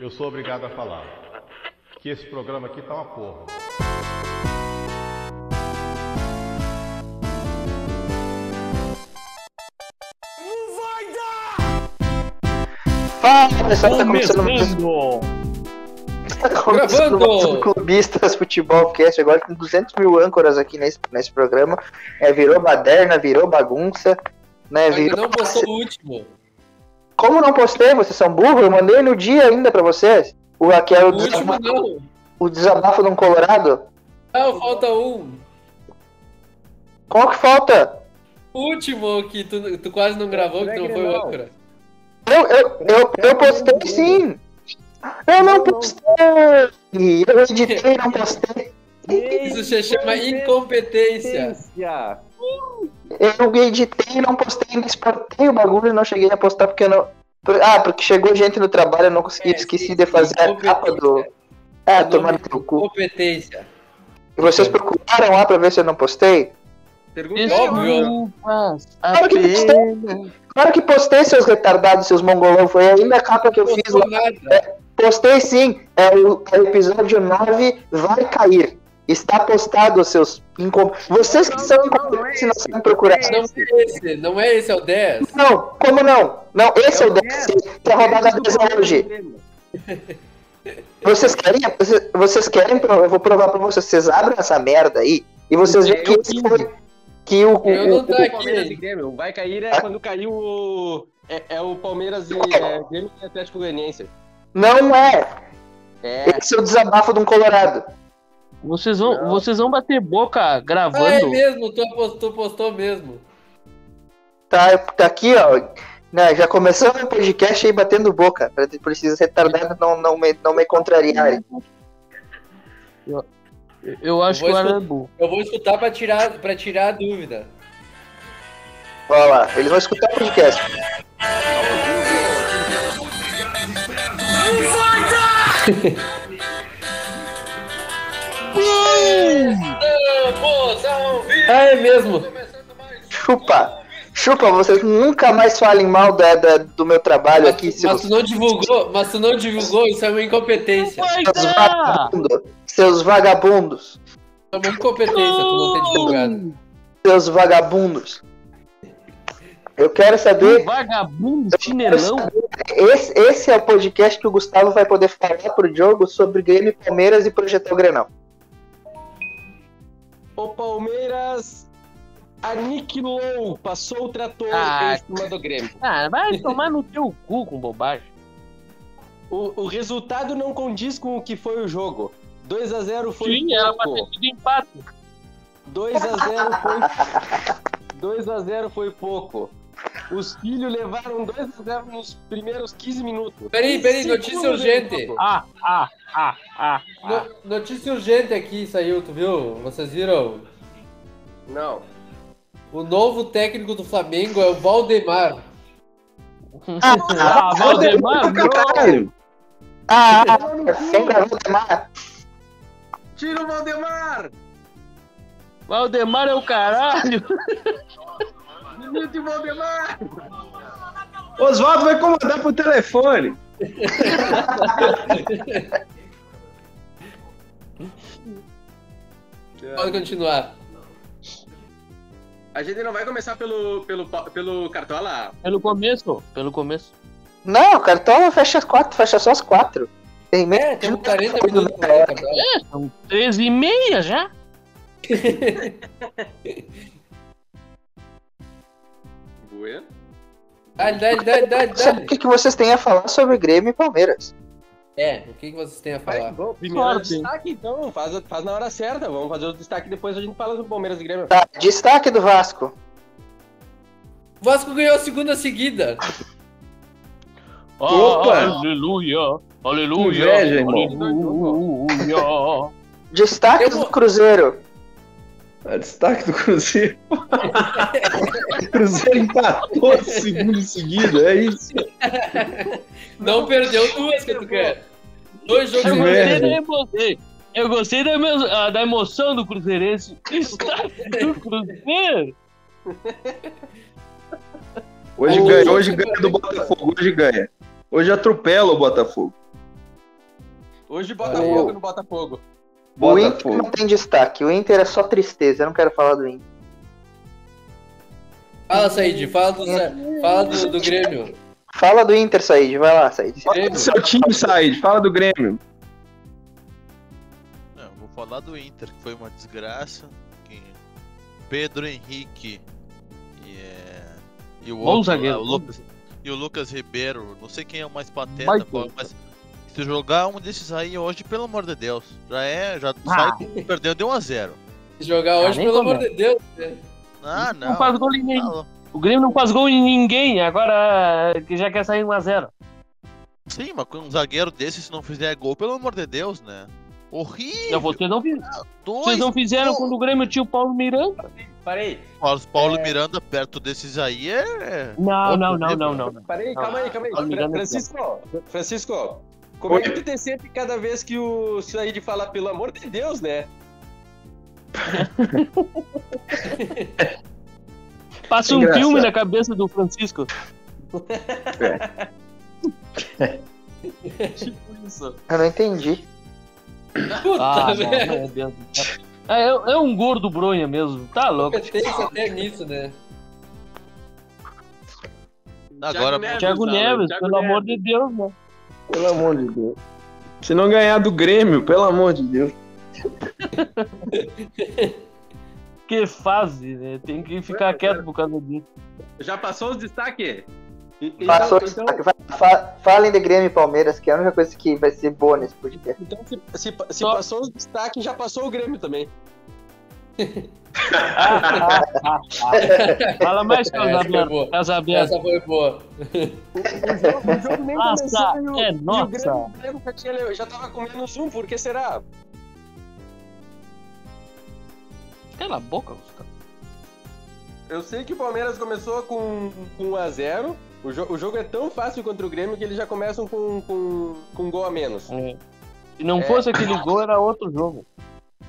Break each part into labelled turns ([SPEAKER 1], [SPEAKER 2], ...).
[SPEAKER 1] Eu sou obrigado a falar que esse programa aqui tá uma porra.
[SPEAKER 2] Fala pessoal, tá começando mais
[SPEAKER 3] Começando!
[SPEAKER 2] tá começando
[SPEAKER 3] Gravando!
[SPEAKER 2] mais um Clubistas Futebol Cast, agora com 200 mil âncoras aqui nesse, nesse programa. É, virou baderna, virou bagunça, né?
[SPEAKER 3] Ainda
[SPEAKER 2] Virou...
[SPEAKER 3] não postou o último.
[SPEAKER 2] Como não postei? Vocês são burros? Eu mandei no dia ainda pra vocês. O, aqui é
[SPEAKER 3] O
[SPEAKER 2] o,
[SPEAKER 3] último
[SPEAKER 2] desaba...
[SPEAKER 3] não.
[SPEAKER 2] o desabafo de um Colorado.
[SPEAKER 3] Não, falta um.
[SPEAKER 2] Qual que falta?
[SPEAKER 3] O último que tu, tu quase não gravou, que não é foi o âncora.
[SPEAKER 2] Eu, eu, eu, eu postei sim! Eu não postei! Eu editei, não postei.
[SPEAKER 3] Isso se chama incompetência.
[SPEAKER 2] Eu editei e não postei, eu espantei o bagulho e não cheguei a postar porque eu não. por- Ah, porque chegou gente no trabalho, eu não consegui,
[SPEAKER 3] É,
[SPEAKER 2] esqueci
[SPEAKER 3] sim,
[SPEAKER 2] de fazer a
[SPEAKER 3] incompetência.
[SPEAKER 2] capa do. Ah,
[SPEAKER 3] Não,
[SPEAKER 2] tomar
[SPEAKER 3] não.
[SPEAKER 2] no teu cu.
[SPEAKER 3] Competência.
[SPEAKER 2] E vocês procuraram lá pra ver se eu não postei?
[SPEAKER 3] Pergunta é óbvio.
[SPEAKER 2] Claro que postei! Claro que postei, seus retardados, seus mongolão. Foi ainda a capa que eu
[SPEAKER 3] Não
[SPEAKER 2] fiz lá.
[SPEAKER 3] postou nada.
[SPEAKER 2] Postei sim, é o, é o episódio 9 vai cair. Está postado, seus incom... Vocês que são incompetentes e não é sabem procurar.
[SPEAKER 3] Não é esse, não é esse, é o 10.
[SPEAKER 2] Não, como não? Não, esse é o
[SPEAKER 4] Eu
[SPEAKER 2] 10 que é rodada 10 hoje. Vocês querem? Vocês, vocês querem? Eu vou provar pra vocês. Vocês abrem essa merda aí e vocês veem que esse foi. Que o.
[SPEAKER 3] Eu
[SPEAKER 2] o-
[SPEAKER 3] não tô
[SPEAKER 2] o-
[SPEAKER 3] aqui.
[SPEAKER 4] Palmeiras e Grêmio. Vai cair
[SPEAKER 2] Ah.
[SPEAKER 4] é quando caiu o. É, é o Palmeiras e é, Grêmio e Atlético Goianiense.
[SPEAKER 2] não é!
[SPEAKER 4] É.
[SPEAKER 2] Esse é o desabafo de um Colorado.
[SPEAKER 5] Vocês vão, vocês vão bater boca
[SPEAKER 3] Ah, é
[SPEAKER 5] gravando.
[SPEAKER 3] mesmo, tu postou, postou mesmo.
[SPEAKER 2] Tá, tá aqui, ó. Né, já começamos o podcast aí batendo boca. Pra- Precisa retardar não, não, me, não me contrariarem.
[SPEAKER 5] eu acho
[SPEAKER 3] Eu vou
[SPEAKER 5] que o
[SPEAKER 3] escutar.
[SPEAKER 5] Arambu.
[SPEAKER 3] Eu vou escutar pra tirar, pra tirar a dúvida.
[SPEAKER 2] Olha lá, eles vão escutar o podcast.
[SPEAKER 3] Estamos ao vivo! É mesmo!
[SPEAKER 2] Chupa! Chupa, vocês nunca mais falem mal da, da- do meu trabalho aqui,
[SPEAKER 3] Mas, mas
[SPEAKER 2] seus
[SPEAKER 3] tu não divulgou, mas tu não divulgou, isso é uma incompetência.
[SPEAKER 4] tá.
[SPEAKER 2] seus vagabundos. Seus vagabundos.
[SPEAKER 3] É uma incompetência tu não ter divulgado.
[SPEAKER 2] seus vagabundos. Eu quero saber.
[SPEAKER 5] Vagabundo,
[SPEAKER 2] quero
[SPEAKER 5] chinelão.
[SPEAKER 2] saber- Esse, esse é o podcast que o Gustavo vai poder falar pro Diogo sobre Grêmio e Palmeiras e projetar o Grenal.
[SPEAKER 4] O Palmeiras aniquilou, passou o trator
[SPEAKER 5] Ah,
[SPEAKER 4] em cima do Grêmio.
[SPEAKER 5] Ah, vai tomar no teu cu com bobagem.
[SPEAKER 4] O, o resultado não condiz com o que foi o jogo. 2x0 foi
[SPEAKER 5] Sim, era pra ter
[SPEAKER 4] pouco.
[SPEAKER 5] sido empate.
[SPEAKER 4] 2x0 foi. 2x0 foi pouco. Os filhos levaram 2x0 nos primeiros 15 minutos.
[SPEAKER 3] Peraí, peraí,
[SPEAKER 4] Segundo
[SPEAKER 3] notícia
[SPEAKER 4] do
[SPEAKER 3] urgente.
[SPEAKER 4] jogo.
[SPEAKER 5] Ah, ah, ah, ah. ah.
[SPEAKER 3] No- notícia urgente aqui saiu, tu viu? Vocês viram?
[SPEAKER 4] Não.
[SPEAKER 3] O novo técnico do Flamengo é o Valdemar.
[SPEAKER 5] Ah, Valdemar, não.
[SPEAKER 2] Ah, sem Valdemar.
[SPEAKER 4] Tira o Valdemar!
[SPEAKER 5] Valdemar é o caralho.
[SPEAKER 4] Minuto o Valdemar!
[SPEAKER 6] Oswaldo vai comandar pro telefone.
[SPEAKER 3] Pode continuar.
[SPEAKER 4] A gente não vai começar pelo, pelo, pa- pelo Cartola?
[SPEAKER 5] Pelo começo, pelo começo.
[SPEAKER 2] Não, cartola fecha as quatro, fecha só as quatro. Tem medo.
[SPEAKER 3] É, temos 40 minutos pra falar, cara.
[SPEAKER 5] É, são três e meia já.
[SPEAKER 4] Bueno.
[SPEAKER 3] Dale, dale, dale, dale,
[SPEAKER 2] Sabe o
[SPEAKER 3] dale.
[SPEAKER 2] que, que vocês têm a falar sobre Grêmio e Palmeiras?
[SPEAKER 3] É, o que, que vocês têm a falar?
[SPEAKER 4] Primeiro
[SPEAKER 5] Sorte,
[SPEAKER 4] o destaque, então. Faz, faz na hora certa. Vamos fazer o destaque depois a gente fala do Palmeiras e Grêmio.
[SPEAKER 2] Tá, destaque do Vasco.
[SPEAKER 3] O Vasco ganhou a segunda seguida.
[SPEAKER 6] Opa!
[SPEAKER 5] Aleluia, aleluia,
[SPEAKER 6] Inveja, irmão.
[SPEAKER 5] aleluia.
[SPEAKER 2] Destaque
[SPEAKER 3] Eu
[SPEAKER 2] do
[SPEAKER 3] vou-
[SPEAKER 2] Cruzeiro.
[SPEAKER 6] Ah, Destaque do Cruzeiro. O Cruzeiro empatou segundo em seguida, é isso.
[SPEAKER 3] Não perdeu duas que tu quer. Dois jogos
[SPEAKER 5] Eu
[SPEAKER 6] Que
[SPEAKER 5] gostei
[SPEAKER 6] merda.
[SPEAKER 5] da emoção. Eu gostei da, emo- ah, da emoção do Cruzeirense. Está do Cruzeiro.
[SPEAKER 6] Hoje
[SPEAKER 3] O-
[SPEAKER 6] ganha, hoje ganha do Botafogo, hoje ganha. Hoje atropela o Botafogo.
[SPEAKER 4] Hoje
[SPEAKER 6] Valeu.
[SPEAKER 4] Botafogo no Botafogo.
[SPEAKER 2] O Inter
[SPEAKER 6] Botafogo.
[SPEAKER 2] não tem destaque. O Inter é só tristeza. Eu não quero falar do Inter.
[SPEAKER 3] Fala, Said, fala do, fala do, do Grêmio.
[SPEAKER 2] Fala do Inter, Said. Vai lá, Said.
[SPEAKER 6] Fala do seu time, Said. Fala do Grêmio.
[SPEAKER 7] Não, eu vou falar do Inter, que foi uma desgraça. que Pedro Henrique e, é, e o
[SPEAKER 5] Bom
[SPEAKER 7] outro lá,
[SPEAKER 5] zagueiro.
[SPEAKER 7] o Lucas, e o Lucas Ribeiro. Não sei quem é o mais pateta,
[SPEAKER 5] Baita.
[SPEAKER 7] qual- mas se jogar um desses aí hoje, pelo amor de Deus, já é,
[SPEAKER 5] Ah.
[SPEAKER 7] já sai com- perdeu de 1 a 0
[SPEAKER 3] Se Jogar hoje,
[SPEAKER 5] nem
[SPEAKER 3] pelo amor
[SPEAKER 5] começa.
[SPEAKER 3] de Deus.
[SPEAKER 7] Ah, não.
[SPEAKER 5] Não faz gol em ninguém.
[SPEAKER 7] Tá,
[SPEAKER 5] O Grêmio não faz gol em ninguém, agora que já quer sair 1x0.
[SPEAKER 7] sim, mas com um zagueiro desse, se não fizer gol, pelo amor de Deus, né? Horrível.
[SPEAKER 5] Não, vocês não fizeram. Vocês
[SPEAKER 7] Dois
[SPEAKER 5] não fizeram
[SPEAKER 7] gols.
[SPEAKER 5] quando o Grêmio tinha o Paulo Miranda.
[SPEAKER 4] Parei,
[SPEAKER 7] Paulo, Paulo
[SPEAKER 5] É.
[SPEAKER 7] Miranda perto desses aí é.
[SPEAKER 5] Não,
[SPEAKER 7] Outro
[SPEAKER 5] não, não,
[SPEAKER 7] nível.
[SPEAKER 5] não, não. não.
[SPEAKER 4] parei, calma aí, calma aí.
[SPEAKER 5] Tá me dando
[SPEAKER 4] Francisco, Francisco, como é que tu decente cada vez que o Said fala, pelo amor de Deus, né?
[SPEAKER 5] Passa um
[SPEAKER 6] Engraçado.
[SPEAKER 5] filme na cabeça do Francisco.
[SPEAKER 6] É.
[SPEAKER 4] Tipo isso.
[SPEAKER 2] Eu não entendi.
[SPEAKER 3] Puta
[SPEAKER 5] Ah, não,
[SPEAKER 3] merda.
[SPEAKER 5] meu Deus do céu. É, é um gordo bronha mesmo, tá louco.
[SPEAKER 3] Competência até nisso, né?
[SPEAKER 7] Agora,
[SPEAKER 5] Thiago Neves, pelo amor de Deus, né?
[SPEAKER 6] Pelo amor de Deus. Se não ganhar do Grêmio, pelo amor de Deus.
[SPEAKER 5] Que fase, né? Tem que ficar quieto por causa disso.
[SPEAKER 4] Já passou os destaques? E- então-
[SPEAKER 2] Passou o
[SPEAKER 4] então,
[SPEAKER 2] destaque. Vai, fa- falem de Grêmio e Palmeiras, que é a única coisa que vai ser boa nesse podcast.
[SPEAKER 4] então, se, se- se passou os destaques, já passou o Grêmio também.
[SPEAKER 5] Fala mais,
[SPEAKER 3] Essa foi
[SPEAKER 5] Casaberto.
[SPEAKER 3] boa.
[SPEAKER 5] Casaberto.
[SPEAKER 3] Essa foi boa.
[SPEAKER 4] O É, jogo nem
[SPEAKER 5] Nossa,
[SPEAKER 4] começou e o-
[SPEAKER 5] é
[SPEAKER 4] e o
[SPEAKER 5] nossa.
[SPEAKER 4] Grêmio- o Grêmio já, tinha- já tava com menos um, por que será?
[SPEAKER 5] Cala a boca, Gustavo.
[SPEAKER 4] Eu sei que o Palmeiras começou com, com 1x0. O, jo- o jogo é tão fácil contra o Grêmio que eles já começam com, com, com um gol a menos.
[SPEAKER 5] Se não
[SPEAKER 4] É.
[SPEAKER 5] fosse aquele gol, era outro jogo.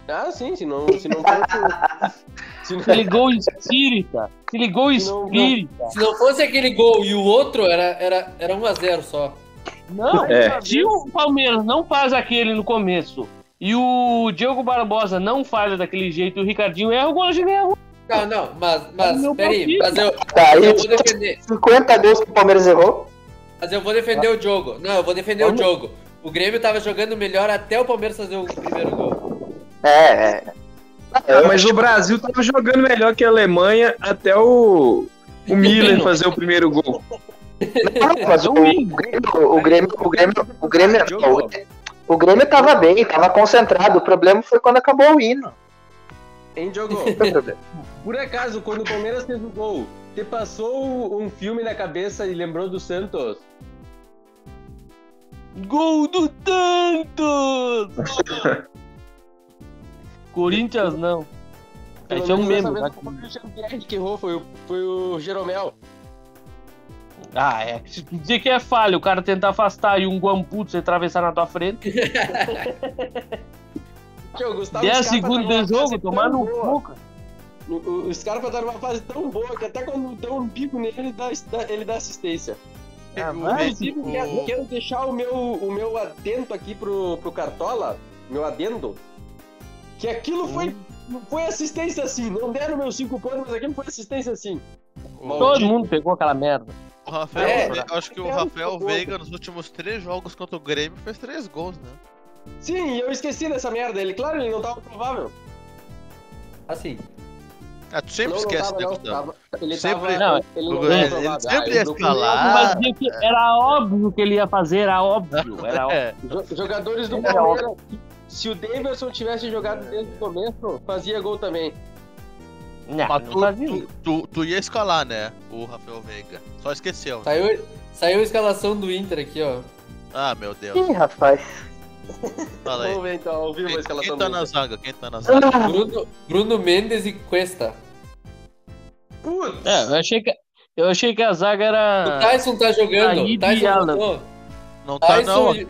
[SPEAKER 4] Ah, sim, se não, se não fosse. se não-
[SPEAKER 5] Aquele gol espírita. Aquele gol
[SPEAKER 4] não-
[SPEAKER 5] espírita.
[SPEAKER 3] Se não fosse aquele gol e o outro, era, era, era 1x0 só.
[SPEAKER 5] Não,
[SPEAKER 6] É.
[SPEAKER 5] se o Palmeiras não faz aquele no começo e o Diogo Barbosa não falha daquele jeito e o Ricardinho erra, o gol a gente ganha.
[SPEAKER 3] Não, não, mas,
[SPEAKER 5] É o
[SPEAKER 3] mas
[SPEAKER 5] meu
[SPEAKER 3] peraí,
[SPEAKER 5] palpite.
[SPEAKER 3] mas eu,
[SPEAKER 2] Tá, aí
[SPEAKER 3] eu vou defender.
[SPEAKER 2] 50 gols que o Palmeiras errou.
[SPEAKER 3] Mas eu vou defender o jogo. Não, eu vou defender o
[SPEAKER 5] Ah. Vamos.
[SPEAKER 3] jogo. O Grêmio tava jogando melhor até o Palmeiras fazer o primeiro gol.
[SPEAKER 2] É, é.
[SPEAKER 6] Ah, mas o Brasil tava jogando melhor que a Alemanha até o, o Miller fazer o primeiro gol.
[SPEAKER 2] Não, mas o, o Grêmio, o Grêmio, o Grêmio, o Grêmio, não, o Grêmio, o Grêmio tava bem, tava concentrado. O problema foi quando acabou o hino.
[SPEAKER 4] Hein, Diogo?
[SPEAKER 2] Foi o problema.
[SPEAKER 4] Por acaso, quando o Palmeiras fez o gol, te passou um filme na cabeça e lembrou do Santos?
[SPEAKER 5] um Gol do Santos! Corinthians não. Esse é um meme.
[SPEAKER 4] Dessa vez
[SPEAKER 5] tá?
[SPEAKER 4] não Foi o Jean Pierre que errou, foi o, foi o Jeromel.
[SPEAKER 5] Ah, é. Se tu dizer que é falha, o cara tentar afastar e um guamputo você atravessar na tua frente.
[SPEAKER 4] Tio, o Gustavo
[SPEAKER 5] 10
[SPEAKER 4] Scarpa
[SPEAKER 5] segundos
[SPEAKER 4] tá numa
[SPEAKER 5] de jogo,
[SPEAKER 4] fase
[SPEAKER 5] tomar
[SPEAKER 4] tão
[SPEAKER 5] no
[SPEAKER 4] boa.
[SPEAKER 5] cu, cara.
[SPEAKER 4] O- o- Os caras tá numa fase tão boa que até quando dão um bico nele, ele dá, ele dá assistência.
[SPEAKER 5] Ah,
[SPEAKER 7] o
[SPEAKER 5] vai,
[SPEAKER 7] Messi-
[SPEAKER 4] Inclusive,
[SPEAKER 7] o-
[SPEAKER 5] é
[SPEAKER 4] quero, quero deixar o meu, o meu adendo aqui pro, pro Cartola, meu adendo, que aquilo foi,
[SPEAKER 5] Hum.
[SPEAKER 4] foi assistência sim. Não deram meus cinco pontos, mas aquilo foi assistência sim.
[SPEAKER 5] Todo mundo pegou aquela merda.
[SPEAKER 7] O Rafael,
[SPEAKER 3] É,
[SPEAKER 7] Ve- eu acho que o
[SPEAKER 4] Rafael
[SPEAKER 7] Rafael
[SPEAKER 4] jogou.
[SPEAKER 7] Veiga nos últimos três jogos contra o Grêmio fez três gols, né?
[SPEAKER 4] Sim, eu esqueci dessa merda. Ele, claro, ele não tava provável.
[SPEAKER 3] Assim.
[SPEAKER 7] Ah, tu sempre
[SPEAKER 4] não,
[SPEAKER 7] esquece, né,
[SPEAKER 4] não tava, não,
[SPEAKER 7] Gustavo?
[SPEAKER 4] tava- Ele
[SPEAKER 7] Sempre-
[SPEAKER 4] tava.
[SPEAKER 5] Não,
[SPEAKER 4] ele
[SPEAKER 7] O
[SPEAKER 4] não
[SPEAKER 7] Grêmio-
[SPEAKER 4] tava
[SPEAKER 7] ele
[SPEAKER 4] provável.
[SPEAKER 7] sempre
[SPEAKER 4] Ah, é.
[SPEAKER 7] ia
[SPEAKER 4] o
[SPEAKER 7] se
[SPEAKER 4] Grêmio-
[SPEAKER 7] calar.
[SPEAKER 5] Mas dizia que era óbvio que ele ia fazer, era óbvio. Era óbvio.
[SPEAKER 7] É,
[SPEAKER 4] Jo- Jogadores do
[SPEAKER 5] É,
[SPEAKER 4] Palmeiras. Se o Davidson tivesse jogado desde o começo, fazia gol também.
[SPEAKER 5] Não,
[SPEAKER 7] mas
[SPEAKER 5] não
[SPEAKER 7] tu,
[SPEAKER 5] fazia.
[SPEAKER 7] tu, tu- tu ia escalar, né? O Rafael Veiga. Só esqueceu. né?
[SPEAKER 3] Saiu, saiu a escalação do Inter aqui, ó.
[SPEAKER 7] Ah, meu Deus.
[SPEAKER 2] Ih, rapaz.
[SPEAKER 7] Fala aí.
[SPEAKER 4] Vamos ver então, ao vivo a
[SPEAKER 7] Quem,
[SPEAKER 4] escalação
[SPEAKER 7] quem
[SPEAKER 4] do
[SPEAKER 7] tá na zaga? Quem tá na zaga?
[SPEAKER 2] Ah,
[SPEAKER 3] Bruno, Bruno Mendes e Cuesta.
[SPEAKER 4] Putz!
[SPEAKER 5] É, eu achei que. Eu achei que a zaga era.
[SPEAKER 3] O Tyson tá jogando.
[SPEAKER 5] Ah, Aí,
[SPEAKER 3] Tyson
[SPEAKER 5] Alan.
[SPEAKER 3] voltou.
[SPEAKER 7] Não tá, não.
[SPEAKER 3] Tyson,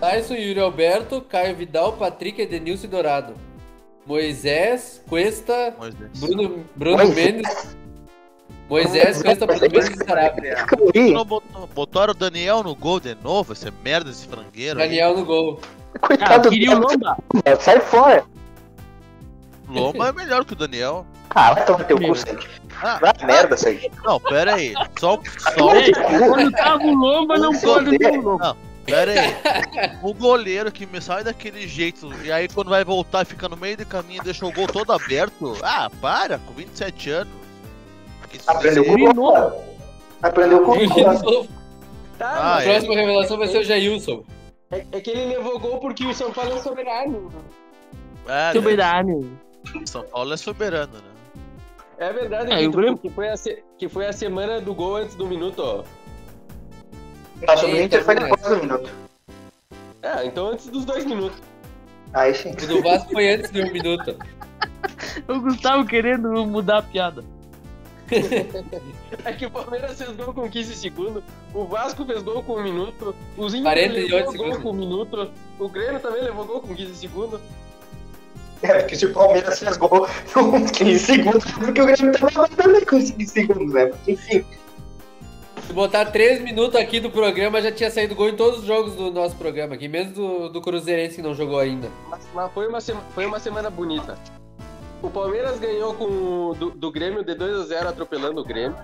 [SPEAKER 3] Tyson, Yuri Alberto, Caio Vidal, Patrick, Edenilson e Dourado. Moisés, Cuesta,
[SPEAKER 7] Moisés.
[SPEAKER 3] Bruno, Bruno
[SPEAKER 2] Moisés.
[SPEAKER 3] Mendes. Moisés canta português de Sarabia.
[SPEAKER 2] Nunca ouvi.
[SPEAKER 7] Não botou- botaram o Daniel no gol de novo, essa merda desse frangueiro. aí.
[SPEAKER 3] Daniel no gol.
[SPEAKER 5] Ah,
[SPEAKER 2] Coitado
[SPEAKER 5] queria o
[SPEAKER 2] do
[SPEAKER 5] Lomba.
[SPEAKER 2] Lomba, sai fora.
[SPEAKER 7] Lomba é melhor que o Daniel.
[SPEAKER 2] Ah, vai tomar teu cu, Sandy.
[SPEAKER 7] Ah,
[SPEAKER 2] Vai a merda, Sandy.
[SPEAKER 7] não, pera aí. Só, só
[SPEAKER 5] Ei,
[SPEAKER 7] o.
[SPEAKER 5] quando tava o Lomba, não pode ter o Lomba.
[SPEAKER 7] Pera aí. O goleiro que me sai daquele jeito e aí quando vai voltar fica no meio do caminho e deixa o gol todo aberto. Ah, para, com 27 anos. Que isso
[SPEAKER 2] Aprendeu
[SPEAKER 7] é-
[SPEAKER 2] com o Lomba. Aprendeu com o Lomba.
[SPEAKER 4] Tá,
[SPEAKER 7] Ah,
[SPEAKER 3] A
[SPEAKER 7] é.
[SPEAKER 3] próxima revelação vai ser o Jailson.
[SPEAKER 4] é, é que ele levou gol porque o São Paulo é soberano.
[SPEAKER 7] Ah, né?
[SPEAKER 5] Soberano.
[SPEAKER 7] São Paulo é soberano, né?
[SPEAKER 4] É verdade
[SPEAKER 5] É,
[SPEAKER 4] que,
[SPEAKER 5] o
[SPEAKER 4] tu-
[SPEAKER 5] Grêmio-
[SPEAKER 4] que foi a se- que foi a semana do gol antes do minuto, ó.
[SPEAKER 2] Nossa, o Inter foi
[SPEAKER 3] Eita,
[SPEAKER 2] depois do minuto.
[SPEAKER 4] É, então antes dos dois minutos.
[SPEAKER 2] Aí sim.
[SPEAKER 3] O do Vasco foi antes de um minuto.
[SPEAKER 5] O Gustavo querendo mudar a piada.
[SPEAKER 4] É que o Palmeiras fez gol com 15 segundos, o Vasco fez gol com um minuto, o Zinho
[SPEAKER 3] 48
[SPEAKER 4] levou gol
[SPEAKER 3] segundos.
[SPEAKER 4] com um minuto, o Grêmio também levou gol com 15 segundos.
[SPEAKER 2] É, porque se o Palmeiras fez gol com 15 segundos, porque o Grêmio tava aguentando com 15 segundos, né? Porque, enfim,
[SPEAKER 3] Se botar três minutos aqui do programa, já tinha saído gol em todos os jogos do nosso programa aqui, mesmo do, do Cruzeirense que não jogou ainda.
[SPEAKER 4] Mas, mas foi, uma sema- foi uma semana bonita. O Palmeiras ganhou com o- do, do Grêmio de 2 a 0 atropelando o Grêmio.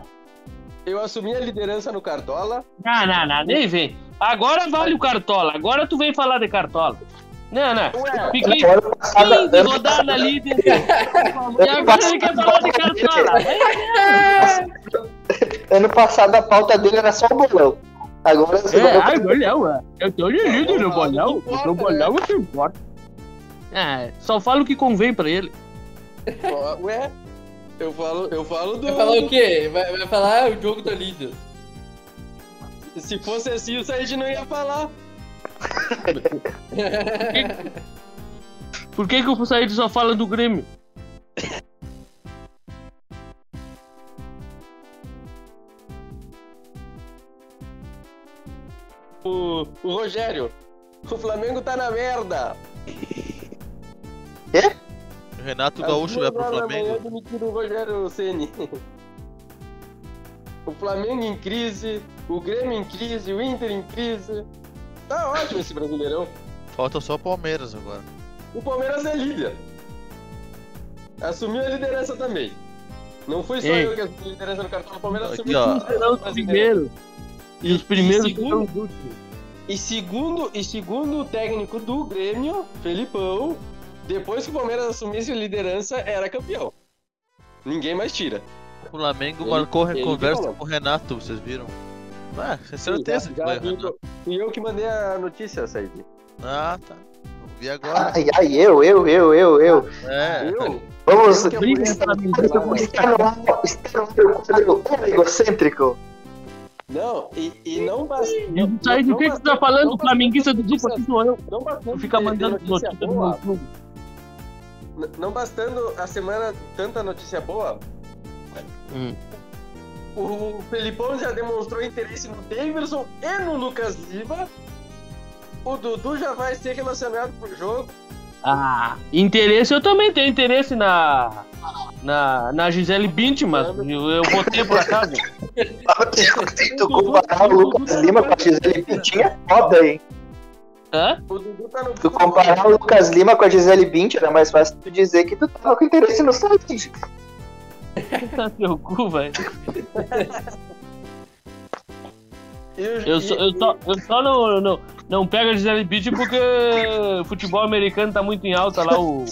[SPEAKER 4] Eu assumi a liderança no Cartola.
[SPEAKER 5] Não, não, não, nem vem. Agora vale o Cartola. Agora tu vem falar de Cartola. Não, não.
[SPEAKER 4] Ué,
[SPEAKER 5] Fiquei
[SPEAKER 2] ano passado,
[SPEAKER 5] 15
[SPEAKER 2] ano
[SPEAKER 5] rodadas líder. E agora ele quer falar de Cartola.
[SPEAKER 2] ano passado a pauta dele era só o bolão. Agora você
[SPEAKER 5] É,
[SPEAKER 2] vai
[SPEAKER 5] ai, bolão, é. Eu tô de líder no bolão. No bolão eu tenho importa. É, só fala o que convém pra ele.
[SPEAKER 4] ó, ué, eu falo, eu falo do.
[SPEAKER 3] Vai falar o quê? Vai, vai falar, ah, o jogo tá lindo.
[SPEAKER 4] Se fosse assim, o Said não ia falar.
[SPEAKER 5] Por que, que o Said só fala do Grêmio?
[SPEAKER 4] O, o Rogério, o Flamengo tá na merda.
[SPEAKER 7] O Renato
[SPEAKER 4] Às
[SPEAKER 7] Gaúcho
[SPEAKER 4] duas
[SPEAKER 7] vai um é pro
[SPEAKER 4] horas da manhã,
[SPEAKER 7] Flamengo.
[SPEAKER 4] demitiram o Rogério Ceni. O Flamengo em crise, o Grêmio em crise, o Inter em crise. Tá ótimo esse brasileirão.
[SPEAKER 7] Falta só o Palmeiras agora.
[SPEAKER 4] O Palmeiras é líder. Assumiu a liderança também. Não foi só
[SPEAKER 5] Ei.
[SPEAKER 4] eu que assumi a liderança do cartão. O Palmeiras
[SPEAKER 7] Aqui,
[SPEAKER 4] assumiu
[SPEAKER 7] ó.
[SPEAKER 4] tudo.
[SPEAKER 5] Serão os primeiros. E os primeiros serão os últimos.
[SPEAKER 4] E segundo, e segundo o técnico do Grêmio, Felipão, depois que o Palmeiras assumisse a liderança, era campeão. Ninguém mais tira.
[SPEAKER 7] O Flamengo
[SPEAKER 4] Ele-
[SPEAKER 7] marcou
[SPEAKER 4] ele que
[SPEAKER 7] conversa
[SPEAKER 4] falou.
[SPEAKER 7] com o Renato, vocês viram? Ah, tem certeza que
[SPEAKER 4] Já-
[SPEAKER 7] foi
[SPEAKER 4] já
[SPEAKER 7] o
[SPEAKER 4] vi
[SPEAKER 7] Renato.
[SPEAKER 4] que- Fui eu que mandei a notícia, Said.
[SPEAKER 7] Ah, tá. Não vi agora.
[SPEAKER 2] Ai, ai, eu, eu, eu, eu, eu.
[SPEAKER 7] É.
[SPEAKER 4] Eu?
[SPEAKER 2] Vamos.
[SPEAKER 4] Eu que
[SPEAKER 5] Briga
[SPEAKER 4] amanhã-
[SPEAKER 5] pra mim,
[SPEAKER 4] Não, não.
[SPEAKER 2] Está no ar, está no ar o quadro oligocêntrico.
[SPEAKER 4] Não, e, e não bastante.
[SPEAKER 5] E o Said, o que, que tu tá falando? O flamenguista do Dupla, que sou eu.
[SPEAKER 4] Não bastando,
[SPEAKER 5] Tu fica
[SPEAKER 4] ter- ter
[SPEAKER 5] mandando
[SPEAKER 4] notícia
[SPEAKER 5] notícia no
[SPEAKER 4] é boa,
[SPEAKER 5] meu clube.
[SPEAKER 4] N- Não bastando a semana tanta notícia boa.
[SPEAKER 5] Hum.
[SPEAKER 4] O Felipão já demonstrou interesse no Davidson e no Lucas Lima. O Dudu já vai ser relacionado pro jogo.
[SPEAKER 5] Ah, interesse, eu também tenho interesse na. Na, na Gisele Bündchen, eu, eu botei por acaso.
[SPEAKER 2] Tu comparar o Lucas Lima com a Gisele Bündchen é foda, hein?
[SPEAKER 5] Hã?
[SPEAKER 4] O Dudu tá no.
[SPEAKER 2] Tu comparar o Lucas Lima com a Gisele Bündchen era mais fácil tu dizer que tu tava com interesse no site.
[SPEAKER 5] Tá seu cu, velho.
[SPEAKER 4] E o-
[SPEAKER 5] Eu
[SPEAKER 4] e-
[SPEAKER 5] só, eu só, eu só não, não, não pego a Gisele Bündchen porque o futebol americano tá muito em alta lá, o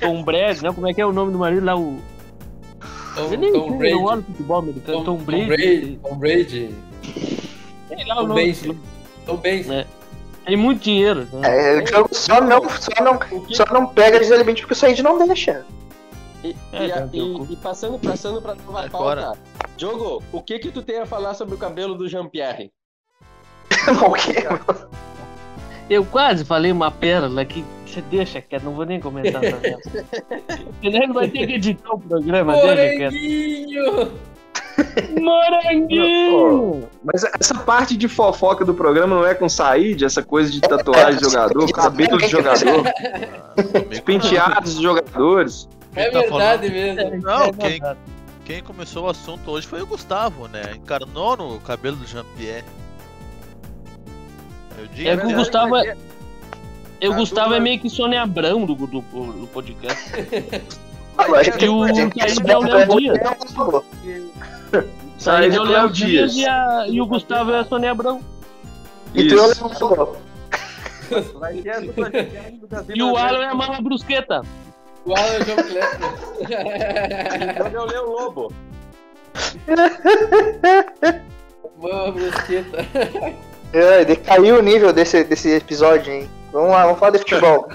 [SPEAKER 5] Tom Brady, né? Como é que é o nome do marido lá? O,
[SPEAKER 3] Tom,
[SPEAKER 5] eu nem
[SPEAKER 3] Tom
[SPEAKER 5] sei, eu olho
[SPEAKER 3] Brady.
[SPEAKER 5] futebol americano, Tom, Brady.
[SPEAKER 3] Tom Brady.
[SPEAKER 7] Ah,
[SPEAKER 5] Sei lá o
[SPEAKER 3] Tom
[SPEAKER 5] nome.
[SPEAKER 3] Brady.
[SPEAKER 5] desse louco.
[SPEAKER 3] Tom
[SPEAKER 7] É,
[SPEAKER 3] Brady.
[SPEAKER 5] Tem muito dinheiro. Né?
[SPEAKER 2] É, o jogo só não, só não,
[SPEAKER 4] o que-
[SPEAKER 2] só não pega a Gisele Bündchen porque o Said não deixa.
[SPEAKER 4] E,
[SPEAKER 5] É,
[SPEAKER 4] e a-
[SPEAKER 5] tá, teu
[SPEAKER 4] e-
[SPEAKER 5] cu.
[SPEAKER 4] e passando, passando pra nova
[SPEAKER 7] Vai
[SPEAKER 4] pauta. Diogo, o que que tu tem a falar sobre o cabelo do Jean-Pierre?
[SPEAKER 2] O quê?
[SPEAKER 5] Eu quase falei uma pérola que você deixa quieto, não vou nem comentar. Tá vendo? Porque ele vai ter que editar o programa, deixa quieto.
[SPEAKER 3] Moranguinho!
[SPEAKER 5] Moranguinho!
[SPEAKER 6] Mas essa parte de fofoca do programa não é com Said, essa coisa de tatuagem de jogador, cabelo de jogador,
[SPEAKER 7] comigo não.
[SPEAKER 6] penteados de jogadores.
[SPEAKER 3] É
[SPEAKER 7] Quem tá
[SPEAKER 3] verdade mesmo.
[SPEAKER 7] Não, quem, Quem começou o assunto hoje foi o Gustavo, né? Encarnou no cabelo do Jean-Pierre. Eu digo,
[SPEAKER 5] É que o
[SPEAKER 7] né?
[SPEAKER 5] Gustavo é. Eu,
[SPEAKER 4] Ah,
[SPEAKER 5] Gustavo
[SPEAKER 4] tu
[SPEAKER 5] é
[SPEAKER 4] vai-
[SPEAKER 5] meio que Sônia Abrão do, do, do podcast.
[SPEAKER 2] Não, a gente-
[SPEAKER 5] E o
[SPEAKER 2] a gente-
[SPEAKER 5] que ainda é o Léo Dias.
[SPEAKER 6] Saia
[SPEAKER 5] Mas
[SPEAKER 6] de
[SPEAKER 5] é o Léo Dias e,
[SPEAKER 6] Dias.
[SPEAKER 5] a- e o Gustavo é a Sônia Abrão.
[SPEAKER 2] E tu é o
[SPEAKER 6] Isso.
[SPEAKER 2] Léo Dias.
[SPEAKER 4] Vai ter a dupla de guerra do Davi
[SPEAKER 5] E o
[SPEAKER 4] Brasil.
[SPEAKER 5] Alan é a Mala Brusqueta.
[SPEAKER 3] O Alan é o João Kleber.
[SPEAKER 4] Então é o Leo Lobo.
[SPEAKER 3] Mano, brusqueta.
[SPEAKER 2] É, decaiu o nível desse, desse episódio, hein? Vamos lá, vamos falar de futebol.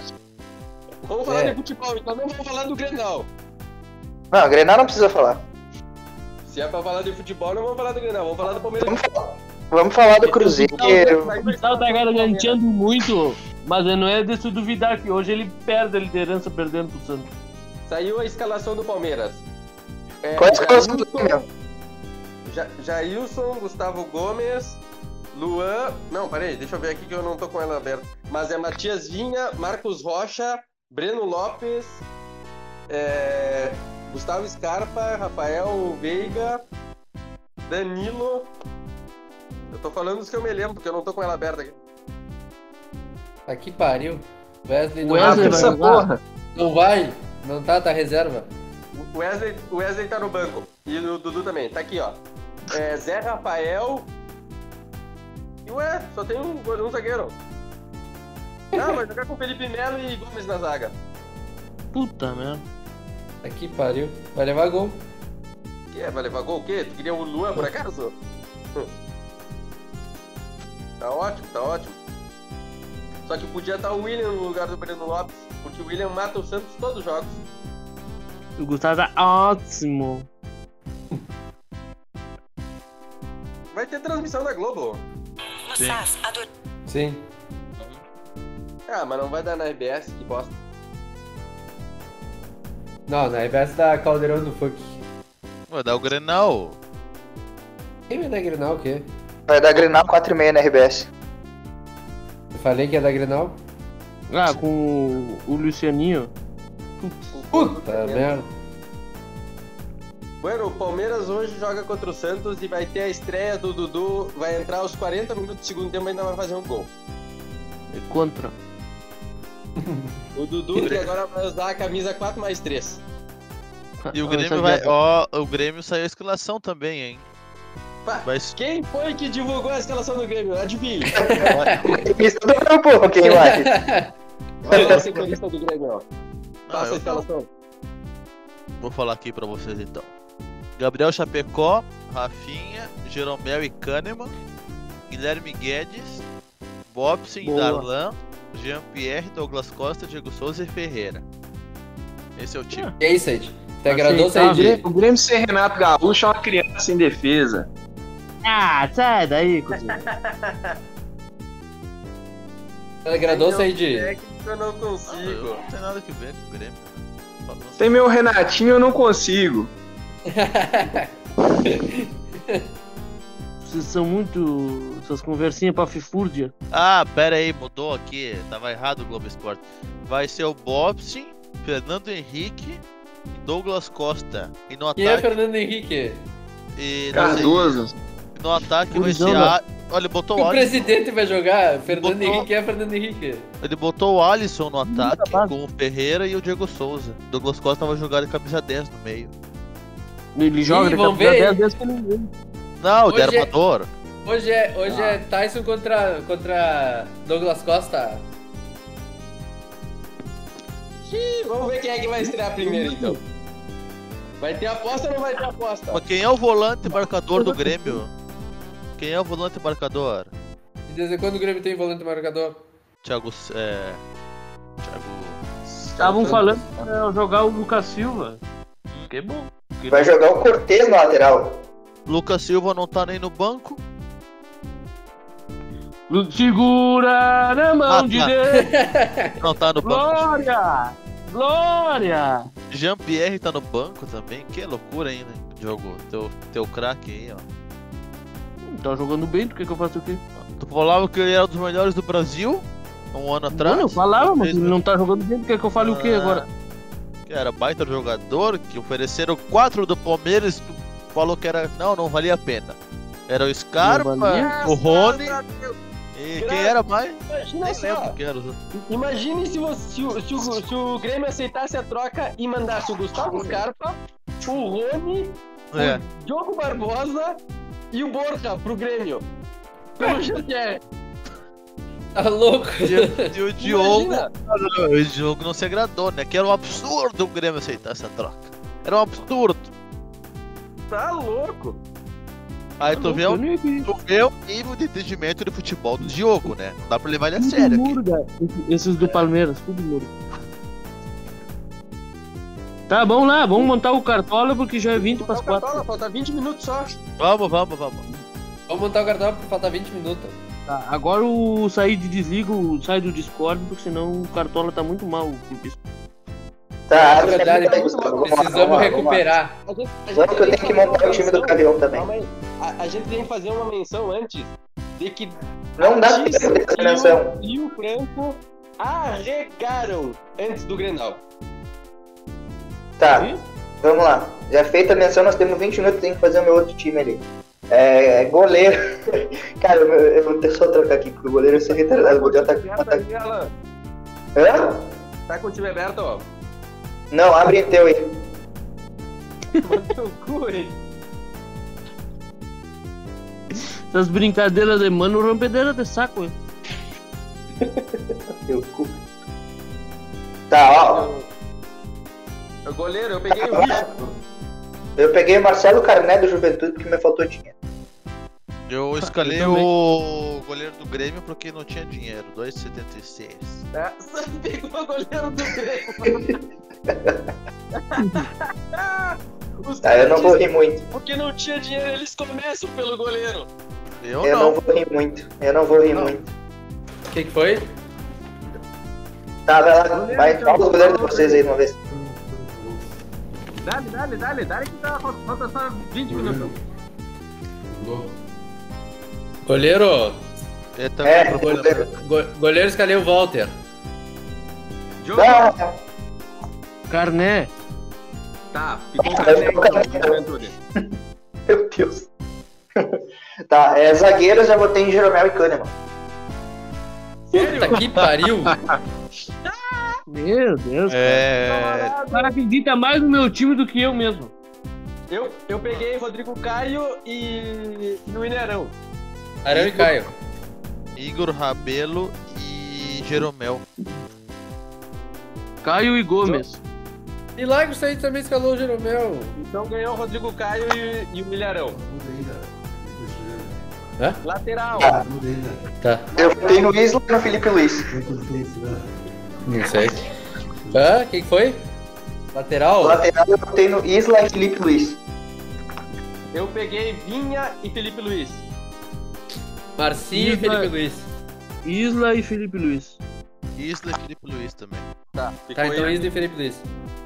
[SPEAKER 4] Vamos falar
[SPEAKER 3] É.
[SPEAKER 4] de futebol, então não vamos falar do Grenal.
[SPEAKER 2] Não, Grenal não precisa falar.
[SPEAKER 4] Se é pra falar de futebol, não vamos falar do Grenal, vamos falar do Palmeiras.
[SPEAKER 2] Vamos falar, vamos falar do Cruzeiro.
[SPEAKER 5] O Gustavo tá garantindo muito, mas não é de se duvidar que hoje ele perde a liderança perdendo pro Santos.
[SPEAKER 4] Saiu a escalação do Palmeiras. É,
[SPEAKER 2] Qual é a escalação do
[SPEAKER 4] Jailson-
[SPEAKER 2] Grêmio?
[SPEAKER 4] Ja- Jailson, Gustavo Gomes, Luan. Não, parei, deixa eu ver aqui que eu não tô com ela aberta. Mas é Matias Vinha, Marcos Rocha, Breno Lopes, é, Gustavo Scarpa, Rafael Veiga, Danilo. Eu tô falando dos que eu me lembro, porque eu não tô com ela aberta aqui.
[SPEAKER 3] Tá que pariu. Wesley é não,
[SPEAKER 5] Wesley
[SPEAKER 3] vai,
[SPEAKER 5] vai-
[SPEAKER 6] porra.
[SPEAKER 3] não vai. Não tá, tá reserva.
[SPEAKER 4] O Wesley, o Wesley tá no banco. E o Dudu também. Tá aqui, ó. É, Zé Rafael. E ué, só tem um, go- um zagueiro. Ah, vai jogar com Felipe Melo e Gomes na zaga.
[SPEAKER 5] Puta merda.
[SPEAKER 3] Tá que pariu. Vai levar gol.
[SPEAKER 4] Que é, vai levar gol o quê? Tu queria o Luan por acaso? Tá ótimo, tá ótimo. Só que podia estar o William no lugar do Breno Lopes, porque o William mata o Santos todos os jogos.
[SPEAKER 5] O Gustavo tá ótimo.
[SPEAKER 4] Vai ter transmissão da Globo.
[SPEAKER 3] Sim.
[SPEAKER 4] Ah, mas não vai dar na RBS, que bosta.
[SPEAKER 3] Não, né? na reversa da tá Caldeirão do Funk.
[SPEAKER 7] Vai dar o Grenal.
[SPEAKER 3] Quem é da Grenal o quê?
[SPEAKER 2] Vai dar Grenal 4 e meia na RBS.
[SPEAKER 3] Eu falei que é da Grenal?
[SPEAKER 5] Ah, com o, o Lucianinho.
[SPEAKER 3] Puta merda.
[SPEAKER 4] Bueno, o Palmeiras hoje joga contra o Santos e vai ter a estreia do Dudu. Vai entrar aos 40 minutos do segundo tempo e ainda vai fazer um gol.
[SPEAKER 5] É contra.
[SPEAKER 4] O Dudu que agora vai usar a camisa 4 mais 3.
[SPEAKER 7] E o
[SPEAKER 5] Ah,
[SPEAKER 7] Grêmio
[SPEAKER 5] sabia.
[SPEAKER 7] vai. Ó, o Grêmio saiu a escalação também, hein?
[SPEAKER 4] Pá.
[SPEAKER 7] Vai,
[SPEAKER 4] Quem foi que divulgou a escalação do Grêmio? Adivinha.
[SPEAKER 2] Isso do grupo, quem vai?
[SPEAKER 4] Qual é a sequência do Grêmio? ó?
[SPEAKER 7] Não,
[SPEAKER 4] Passa a
[SPEAKER 7] Ah, eu falo-
[SPEAKER 4] escalação.
[SPEAKER 7] Vou falar aqui pra vocês então. Gabriel Chapecó, Rafinha, Jeromel e Kahneman, Guilherme Guedes, Bobson,
[SPEAKER 5] Boa.
[SPEAKER 7] Darlan, Jean-Pierre, Douglas Costa, Diego Souza e Ferreira. Esse é o time.
[SPEAKER 3] E aí, Sage?
[SPEAKER 7] Assim,
[SPEAKER 3] Te
[SPEAKER 7] tá,
[SPEAKER 3] agradou,
[SPEAKER 6] O
[SPEAKER 3] Sage?
[SPEAKER 6] Grêmio- O Grêmio sem Renato Gaúcho é uma criança sem defesa.
[SPEAKER 5] Ah, sai daí, cozinha.
[SPEAKER 3] Te Tá agradou,
[SPEAKER 4] Quem é o
[SPEAKER 3] Sage?
[SPEAKER 4] técnico, Eu não
[SPEAKER 7] Ah, eu
[SPEAKER 4] consigo.
[SPEAKER 7] não tem nada que ver com o Grêmio. né? Falando-
[SPEAKER 6] Sem meu Renatinho eu não consigo.
[SPEAKER 5] Vocês são muito. Essas conversinhas pra fifúrdia.
[SPEAKER 7] Ah, pera aí, mudou aqui. Tava errado o Globo Esporte. Vai ser o Bobson, Fernando Henrique e Douglas Costa. E no
[SPEAKER 3] Quem é
[SPEAKER 7] ataque.
[SPEAKER 3] Fernando Henrique?
[SPEAKER 7] E no-
[SPEAKER 6] Cardoso.
[SPEAKER 7] no ataque vai ser.
[SPEAKER 5] Gurizada.
[SPEAKER 7] A... Olha, botou o
[SPEAKER 3] O
[SPEAKER 7] Alisson.
[SPEAKER 3] presidente vai jogar? Fernando
[SPEAKER 7] Botou.
[SPEAKER 3] Henrique é Fernando Henrique.
[SPEAKER 7] Ele botou o Alisson no ataque
[SPEAKER 5] base.
[SPEAKER 7] com o Ferreira e o Diego Souza. Douglas Costa vai jogar de camisa 10 no meio.
[SPEAKER 5] Ele joga,
[SPEAKER 3] Ih,
[SPEAKER 5] ele
[SPEAKER 3] vamos
[SPEAKER 5] captura
[SPEAKER 3] ver.
[SPEAKER 5] 10 vezes que ele ganha.
[SPEAKER 7] Não, de
[SPEAKER 3] Hoje é-
[SPEAKER 7] armador.
[SPEAKER 3] Hoje é, hoje é Tyson contra, contra Douglas Costa.
[SPEAKER 4] Ih, Vamos ver quem é que vai estrear primeiro então. Vai ter aposta ou não vai ter aposta?
[SPEAKER 7] Mas quem é o volante marcador do Grêmio? Quem é o volante marcador?
[SPEAKER 3] E desde quando o Grêmio tem volante marcador?
[SPEAKER 7] Thiago. S- É... Thiago.
[SPEAKER 5] Estavam falando pra jogar o Lucas Silva. Que é bom.
[SPEAKER 2] Vai jogar o Cortez na lateral.
[SPEAKER 7] Lucas Silva não tá nem no banco.
[SPEAKER 5] Lu- Segura na mão
[SPEAKER 7] Ah,
[SPEAKER 5] de
[SPEAKER 7] tá.
[SPEAKER 5] Deus.
[SPEAKER 7] Não tá no banco.
[SPEAKER 5] Glória! Glória!
[SPEAKER 7] Jean-Pierre tá no banco também. Que loucura ainda, hein, Diogo. Teu, teu craque aí, ó.
[SPEAKER 5] Hum, Tá jogando bem, por que, que eu faço o quê?
[SPEAKER 7] Tu falava que ele era um dos melhores do Brasil um ano atrás?
[SPEAKER 5] Mano, tá eu falava, mas
[SPEAKER 7] Fez-
[SPEAKER 5] ele não tá jogando bem, por que, que eu falo o quê
[SPEAKER 7] Ah,
[SPEAKER 5] agora?
[SPEAKER 7] que era baita jogador, que ofereceram quatro do Palmeiras, tu falou que era. Não, não valia a pena. Era o Scarpa,
[SPEAKER 5] Não valia.
[SPEAKER 7] o Rony e quem
[SPEAKER 4] Graças
[SPEAKER 7] era mais?
[SPEAKER 4] Imagina
[SPEAKER 7] Nem
[SPEAKER 4] só.
[SPEAKER 7] lembro quem era. os outros.
[SPEAKER 4] Imagine se, você- se o- se o, se o Grêmio aceitasse a troca e mandasse o Gustavo Scarpa, o Rony,
[SPEAKER 7] É.
[SPEAKER 4] o Diogo Barbosa e o Borja pro Grêmio. Pelo Xavier.
[SPEAKER 3] Tá louco?
[SPEAKER 7] E, e o Diogo.
[SPEAKER 4] Imagina.
[SPEAKER 7] O Diogo não se agradou, né? Que era um absurdo o Grêmio aceitar essa troca. Era um absurdo.
[SPEAKER 4] Tá louco.
[SPEAKER 7] Aí
[SPEAKER 5] Tá
[SPEAKER 7] tu vê, o, tu vê o nível de entendimento de futebol do Diogo, né? Não dá pra levar ele a sério aqui.
[SPEAKER 5] muro, cara. Esses do Palmeiras, tudo muro. Tá, vamos lá, vamos montar o cartola porque já é 20
[SPEAKER 2] Tipo
[SPEAKER 5] para as
[SPEAKER 4] Falta,
[SPEAKER 5] 4.
[SPEAKER 4] bola, falta 20 minutos só.
[SPEAKER 7] Vamos, vamos, vamos.
[SPEAKER 3] Vamos montar o cartão porque falta 20 minutos.
[SPEAKER 5] Tá, agora o sair de desligo, sai do Discord, porque senão o cartola tá muito mal.
[SPEAKER 2] Tá,
[SPEAKER 4] Ah,
[SPEAKER 3] É verdade,
[SPEAKER 2] tá, Gustavo, vamos lá, vamos
[SPEAKER 3] precisamos
[SPEAKER 2] lá, vamos lá.
[SPEAKER 3] recuperar.
[SPEAKER 4] A gente- a gente
[SPEAKER 2] Vamos que eu
[SPEAKER 4] tem
[SPEAKER 2] tenho que montar o time do Gavião também.
[SPEAKER 4] Calma aí. A, a gente tem que fazer uma menção antes de que
[SPEAKER 2] Não dá tempo
[SPEAKER 4] Ortiz
[SPEAKER 2] de
[SPEAKER 4] e o-
[SPEAKER 2] menção.
[SPEAKER 4] E o Franco arregaram antes do Grenal.
[SPEAKER 2] Tá, vamos lá. Já feita a menção, nós temos 20 minutos, tem que fazer o meu outro time ali. É, goleiro. Cara, eu, eu vou só trocar aqui, porque o goleiro se retardado. O goleiro tá com
[SPEAKER 4] Aberto
[SPEAKER 2] ataque.
[SPEAKER 4] aí, Alan.
[SPEAKER 2] Hã?
[SPEAKER 4] Tá com o time aberto, ó.
[SPEAKER 2] Não, abre teu aí.
[SPEAKER 4] Toma teu cu, hein?
[SPEAKER 5] Essas brincadeiras de mano, rompedeira de saco, hein?
[SPEAKER 2] Teu cu. Tá, ó.
[SPEAKER 4] O goleiro, eu peguei o bicho.
[SPEAKER 2] Eu peguei Marcelo Carné do Juventude, porque me faltou dinheiro.
[SPEAKER 7] Eu escalei
[SPEAKER 5] também.
[SPEAKER 7] o goleiro do Grêmio porque não tinha dinheiro. 2,76.
[SPEAKER 4] Tá? Só pegou o goleiro do Grêmio. Os
[SPEAKER 2] Tá, eu não
[SPEAKER 4] caras
[SPEAKER 2] vou rir muito.
[SPEAKER 4] dizem, Porque não tinha dinheiro, eles começam pelo goleiro.
[SPEAKER 7] Eu,
[SPEAKER 2] Eu não
[SPEAKER 7] não.
[SPEAKER 2] vou rir muito. Eu não vou rir
[SPEAKER 7] Não.
[SPEAKER 2] muito.
[SPEAKER 3] O que, que foi?
[SPEAKER 2] Tá, vai lá. Vai, fala o goleiro de vocês aí de uma vez.
[SPEAKER 4] Dale, dale, dale, dale que tá, falta só 20 minutos.
[SPEAKER 3] Goleiro,
[SPEAKER 7] Eu também
[SPEAKER 2] É,
[SPEAKER 7] não vou lembrar.
[SPEAKER 2] goleiro.
[SPEAKER 3] go- goleiro escalei o Walter.
[SPEAKER 4] Diogo,
[SPEAKER 2] Não,
[SPEAKER 5] Carné.
[SPEAKER 4] tá, ficou o cara aí, então, Juventude.
[SPEAKER 2] meu Deus. Tá, é zagueiro, eu já botei em Jeromel e Kahneman.
[SPEAKER 3] Puta que pariu!
[SPEAKER 5] Meu Deus,
[SPEAKER 7] É.
[SPEAKER 5] cara. O cara acredita mais no meu time do que eu mesmo.
[SPEAKER 4] Eu, eu peguei Rodrigo Caio e e o Inerão.
[SPEAKER 3] Arame Caio.
[SPEAKER 7] Igor Rabelo e Jeromel.
[SPEAKER 5] Caio e Gomes.
[SPEAKER 3] Milagre, isso aí também escalou o Jeromel.
[SPEAKER 4] Então ganhou o Rodrigo Caio e, e o Milharão.
[SPEAKER 3] Hã?
[SPEAKER 4] Lateral.
[SPEAKER 2] É.
[SPEAKER 3] Tá,
[SPEAKER 2] Eu botei no Isla e no Felipe Luiz.
[SPEAKER 3] não sei. Hã? Quem que foi? Lateral?
[SPEAKER 2] Lateral eu botei no Isla e Felipe Luiz.
[SPEAKER 4] Eu peguei Vinha e Felipe Luiz.
[SPEAKER 3] Marcinho e
[SPEAKER 5] Isla.
[SPEAKER 4] né?
[SPEAKER 3] Felipe Luiz.
[SPEAKER 5] Então, Isla e Felipe Luiz.
[SPEAKER 7] Isla e Felipe Luiz também.
[SPEAKER 4] Tá, ficou,
[SPEAKER 3] Tá, então
[SPEAKER 4] ele.
[SPEAKER 3] Isla e Felipe Luiz.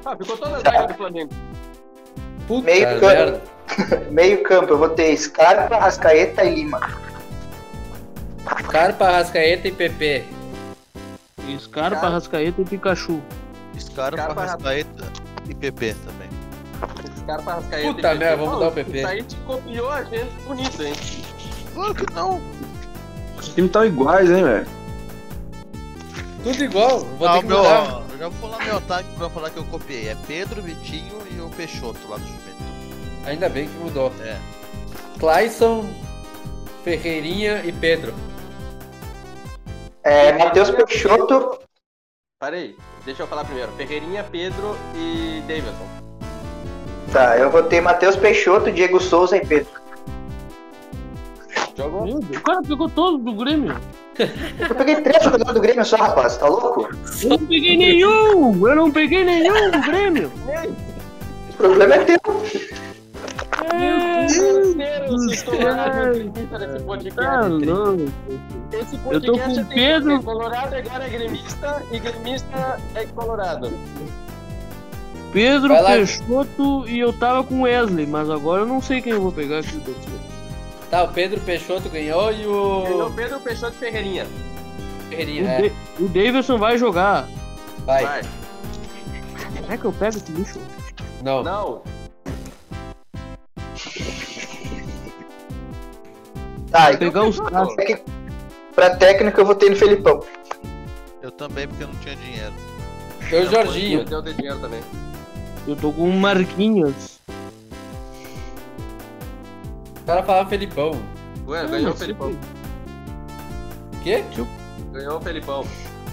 [SPEAKER 4] Ah, ficou toda a zaga do Flamengo.
[SPEAKER 3] Puta
[SPEAKER 2] Meio campo.
[SPEAKER 3] merda.
[SPEAKER 2] Meio campo, eu botei Scarpa, Rascaeta e Lima.
[SPEAKER 3] Carpa, Rascaeta e PP.
[SPEAKER 5] Scarpa,
[SPEAKER 4] Cara.
[SPEAKER 5] Rascaeta e Pikachu.
[SPEAKER 7] Scarpa,
[SPEAKER 4] Scarpa,
[SPEAKER 7] Rascaeta e PP também.
[SPEAKER 4] Scarpa, Rascaeta
[SPEAKER 3] Puta
[SPEAKER 4] e
[SPEAKER 3] merda,
[SPEAKER 4] PP.
[SPEAKER 3] vamos mudar o
[SPEAKER 4] Pô,
[SPEAKER 3] PP.
[SPEAKER 4] Isso aí te copiou a gente bonito, hein?
[SPEAKER 7] Claro que não.
[SPEAKER 6] Os times estão iguais, hein, velho?
[SPEAKER 3] Tudo igual. Vou
[SPEAKER 7] Ah,
[SPEAKER 3] ter
[SPEAKER 7] o
[SPEAKER 3] que
[SPEAKER 7] meu,
[SPEAKER 3] mudar.
[SPEAKER 7] eu já vou falar meu ataque pra falar que eu copiei. É Pedro, Vitinho e o Peixoto lá do Juventude.
[SPEAKER 3] Ainda bem que mudou.
[SPEAKER 7] É.
[SPEAKER 3] Clayson, Ferreirinha e Pedro.
[SPEAKER 2] É, Matheus Peixoto,
[SPEAKER 4] Parei, deixa eu falar primeiro. Ferreirinha, Pedro e Davidson.
[SPEAKER 2] tá, eu botei Matheus Peixoto, Diego Souza e Pedro.
[SPEAKER 4] Jogou?
[SPEAKER 5] Meu Deus. O cara pegou todos do Grêmio.
[SPEAKER 2] Eu peguei três jogadores do Grêmio só, rapaz, tá louco?
[SPEAKER 5] Eu não peguei nenhum! Eu não peguei nenhum do Grêmio!
[SPEAKER 2] O problema é teu.
[SPEAKER 4] Terceiros
[SPEAKER 5] Ai,
[SPEAKER 4] estouraram nesse
[SPEAKER 5] Tá
[SPEAKER 4] podcast.
[SPEAKER 5] louco.
[SPEAKER 4] Esse
[SPEAKER 5] Eu tô
[SPEAKER 4] podcast é tem
[SPEAKER 5] com
[SPEAKER 4] que
[SPEAKER 5] Pedro.
[SPEAKER 4] ter Colorado agora é gremista e gremista é colorado.
[SPEAKER 5] Pedro,
[SPEAKER 3] Vai lá.
[SPEAKER 5] Peixoto e eu tava com Wesley, mas agora eu não sei quem eu vou pegar aqui. do time.
[SPEAKER 3] Tá, o Pedro Peixoto ganhou e
[SPEAKER 4] Ganhou
[SPEAKER 3] o
[SPEAKER 4] Pedro Peixoto e Ferreirinha. Uhum.
[SPEAKER 5] O,
[SPEAKER 3] Ferreirinha. É,
[SPEAKER 5] De- o Davidson vai jogar.
[SPEAKER 3] vai.
[SPEAKER 4] Vai.
[SPEAKER 5] Será que eu pego esse lixo?
[SPEAKER 3] Não.
[SPEAKER 4] Não,
[SPEAKER 2] Tá, então
[SPEAKER 5] Pegar os
[SPEAKER 2] pra tec- pra técnica eu votei no Felipão.
[SPEAKER 7] Eu também, porque eu não tinha dinheiro.
[SPEAKER 3] Eu e o
[SPEAKER 4] eu
[SPEAKER 3] Jorginho.
[SPEAKER 4] tenho de dinheiro também.
[SPEAKER 5] Eu tô com um Marquinhos.
[SPEAKER 3] O cara falava Felipão.
[SPEAKER 4] Ué,
[SPEAKER 5] Ah,
[SPEAKER 4] É, ganhou o
[SPEAKER 5] mas
[SPEAKER 4] Felipão.
[SPEAKER 3] Quê?
[SPEAKER 4] Ganhou o Felipão.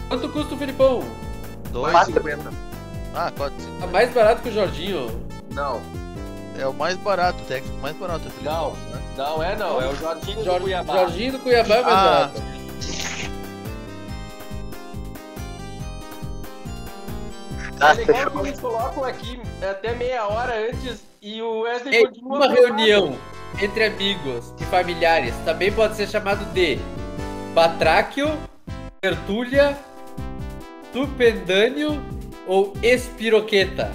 [SPEAKER 3] Quanto custa o Felipão?
[SPEAKER 7] Dois.
[SPEAKER 2] Quatro.
[SPEAKER 4] 2,50.
[SPEAKER 7] Ah, quatro. cinco.
[SPEAKER 3] Tá mais barato que o Jorginho.
[SPEAKER 4] Não,
[SPEAKER 7] É o mais barato, o técnico mais barato. eu falei.
[SPEAKER 4] não, não é não. É o Jorginho do
[SPEAKER 3] Jor-
[SPEAKER 4] Cuiabá.
[SPEAKER 3] Jorginho do Cuiabá é mais
[SPEAKER 7] Ah.
[SPEAKER 3] barato.
[SPEAKER 4] É
[SPEAKER 2] Tá,
[SPEAKER 4] legal que
[SPEAKER 2] fechou.
[SPEAKER 4] eles colocam aqui até meia hora antes e o Wesley
[SPEAKER 3] Ei,
[SPEAKER 4] continua.
[SPEAKER 3] uma
[SPEAKER 4] pelado.
[SPEAKER 3] reunião entre amigos e familiares também pode ser chamado de Batráquio, Tertulha, Tupendânio ou Espiroqueta.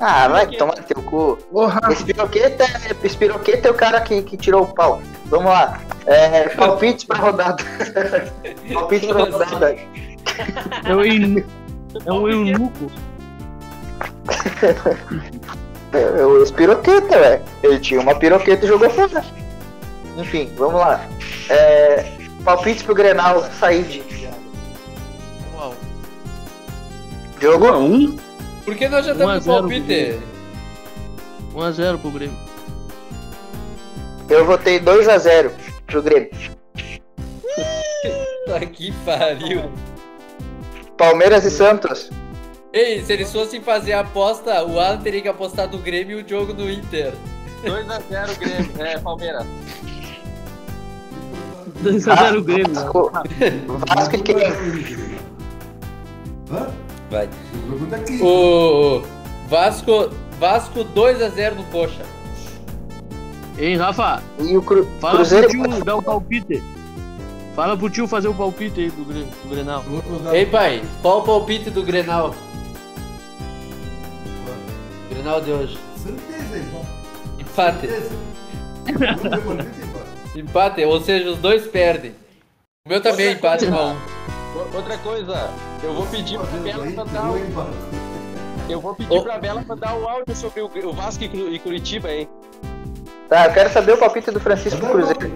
[SPEAKER 2] Ah, vai tomar teu cu.
[SPEAKER 6] Porra!
[SPEAKER 2] Espiroqueta, é- espiroqueta é o cara que, que tirou o pau. Vamos lá. É, palpite pra rodada. palpite pra
[SPEAKER 3] Nossa.
[SPEAKER 2] rodada.
[SPEAKER 5] É um, einu... é um eunuco.
[SPEAKER 4] Tá
[SPEAKER 2] É, O espiroqueta, velho. Ele tinha uma piroqueta e jogou fora. Enfim, vamos lá. É, palpite pro Grenal, Said.
[SPEAKER 7] Um a um.
[SPEAKER 2] Diogo?
[SPEAKER 6] Um?
[SPEAKER 3] Por que nós já
[SPEAKER 5] 1 a
[SPEAKER 3] estamos no
[SPEAKER 5] 0 pro
[SPEAKER 3] palpite?
[SPEAKER 5] Grêmio. 1x0 pro Grêmio.
[SPEAKER 2] Eu votei 2x0 pro Grêmio.
[SPEAKER 3] Tá que pariu.
[SPEAKER 2] Palmeiras e Santos.
[SPEAKER 3] Ei, se eles fossem fazer a aposta, o Alan teria que apostar no Grêmio e o jogo no Inter.
[SPEAKER 4] 2 a 0 Grêmio. É, Palmeiras.
[SPEAKER 5] 2x0 Um Grêmio.
[SPEAKER 2] Vasco, Vasco e quem?
[SPEAKER 3] Vai. O Vasco, Vasco 2x0 no Poxa.
[SPEAKER 5] Hein, Rafa?
[SPEAKER 2] E o Cru-
[SPEAKER 5] Fala
[SPEAKER 2] Cruzeiro e
[SPEAKER 5] pro tio dar o
[SPEAKER 2] Botafogo.
[SPEAKER 5] palpite. Fala pro tio fazer o palpite aí do, Gre- do Grenal.
[SPEAKER 3] Ei, pai, qual o palpite do Grenal? Grenal de hoje. Empate. Empate, ou seja, os dois perdem. O meu também é empate, irmão.
[SPEAKER 4] O- Outra coisa, eu vou pedir pra Bela mandar um. Eu vou pedir
[SPEAKER 3] Ô.
[SPEAKER 4] pra Bela mandar um áudio sobre o, o Vasco e Cru- e Curitiba, hein?
[SPEAKER 2] Tá, eu quero saber o palpite do Francisco Cruzeiro.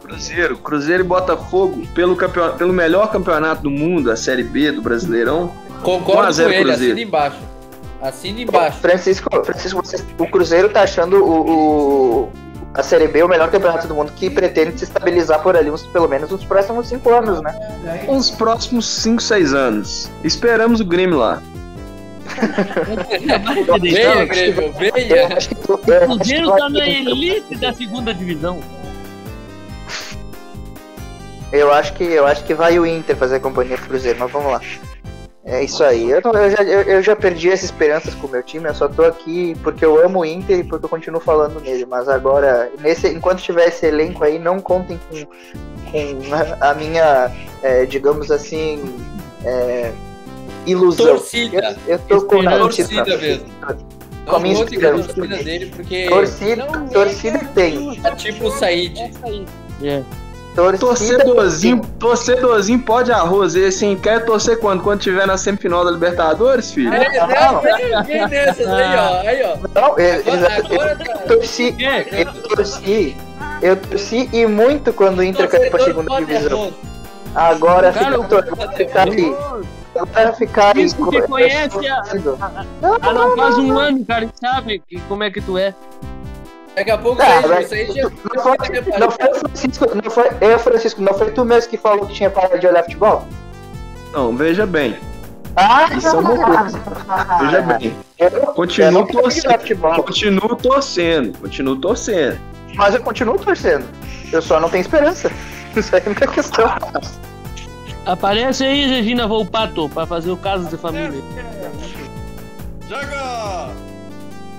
[SPEAKER 6] Cruzeiro, Cruzeiro e Botafogo, pelo, campeon... pelo melhor campeonato do mundo, a Série B do Brasileirão. Um a
[SPEAKER 3] Concordo com
[SPEAKER 6] zero,
[SPEAKER 3] ele,
[SPEAKER 6] Cruzeiro.
[SPEAKER 3] assina embaixo. Assina embaixo.
[SPEAKER 2] Francisco, Francisco você- o Cruzeiro tá achando o, o- a Série B o melhor campeonato do mundo que pretende se estabilizar por ali uns, pelo menos nos próximos cinco anos, né?
[SPEAKER 6] Os próximos 5, 6 anos. Esperamos o Grêmio lá.
[SPEAKER 5] é
[SPEAKER 3] Venha, Grêmio, é
[SPEAKER 2] Eu
[SPEAKER 3] venha.
[SPEAKER 2] acho que eu acho que
[SPEAKER 5] O Cruzeiro
[SPEAKER 2] vai-
[SPEAKER 5] tá na elite da segunda divisão.
[SPEAKER 2] Eu acho que eu acho que vai o Inter fazer a companhia pro Cruzeiro, mas vamos lá. É isso aí. Eu, não- eu já, eu, eu já perdi as esperanças com o meu time, eu só tô aqui porque eu amo o Inter e porque eu continuo falando nele. Mas agora, nesse, enquanto tiver esse elenco aí, não contem com, com a minha, é, digamos assim, é, ilusão. Eu,
[SPEAKER 3] Torcida.
[SPEAKER 2] eu tô com a
[SPEAKER 3] Torcida mesmo.
[SPEAKER 2] Com a
[SPEAKER 3] Não
[SPEAKER 2] minha
[SPEAKER 3] conte com a
[SPEAKER 2] esperança.
[SPEAKER 3] torcida dele, porque
[SPEAKER 2] Torcida, torcida tem.
[SPEAKER 3] é tipo o Said. tá
[SPEAKER 2] Torcida
[SPEAKER 6] Torcedorzinho, torcedorzinho pode arroz esse, hein? Quer torcer quando? Quando tiver na semifinal da Libertadores, filho?
[SPEAKER 3] É, não, vem, vem nessas aí, ó. Aí, ó.
[SPEAKER 2] Não, eles- eles-
[SPEAKER 3] Agora tá.
[SPEAKER 2] eu torci, Eu torci, eu torci e muito quando o Inter caiu pra
[SPEAKER 3] Torcedor
[SPEAKER 2] segunda
[SPEAKER 3] pode
[SPEAKER 2] divisão.
[SPEAKER 3] arroz.
[SPEAKER 2] Agora
[SPEAKER 5] Cara, eu-
[SPEAKER 2] fica torcendo ficar aí. Agora ficar aí.
[SPEAKER 5] Isso que
[SPEAKER 2] co-
[SPEAKER 5] conhece a-
[SPEAKER 2] torcendo.
[SPEAKER 5] Ah, não, faz um ano, cara, e sabe que- como é que tu é.
[SPEAKER 3] Daqui a pouco o
[SPEAKER 2] Ah,
[SPEAKER 3] Said- o
[SPEAKER 2] mas-
[SPEAKER 3] Said já-
[SPEAKER 2] Não foi, não foi o Francisco, não foi, eu, Francisco, não foi tu mesmo que falou que tinha parado de olhar futebol?
[SPEAKER 6] Não, veja bem.
[SPEAKER 2] Ah,
[SPEAKER 6] Isso é uma coisa.
[SPEAKER 3] Ah,
[SPEAKER 6] Veja
[SPEAKER 3] é.
[SPEAKER 6] bem.
[SPEAKER 2] Eu, eu
[SPEAKER 6] Continuo
[SPEAKER 2] não consigo olhar
[SPEAKER 6] torcendo.
[SPEAKER 3] né?
[SPEAKER 2] futebol,
[SPEAKER 6] Continuo torcendo. Continuo torcendo.
[SPEAKER 2] mas eu continuo torcendo. Eu só não tenho esperança. Isso aí é a minha questão.
[SPEAKER 5] Aparece aí, Regina Volpato, pra fazer o caso de família.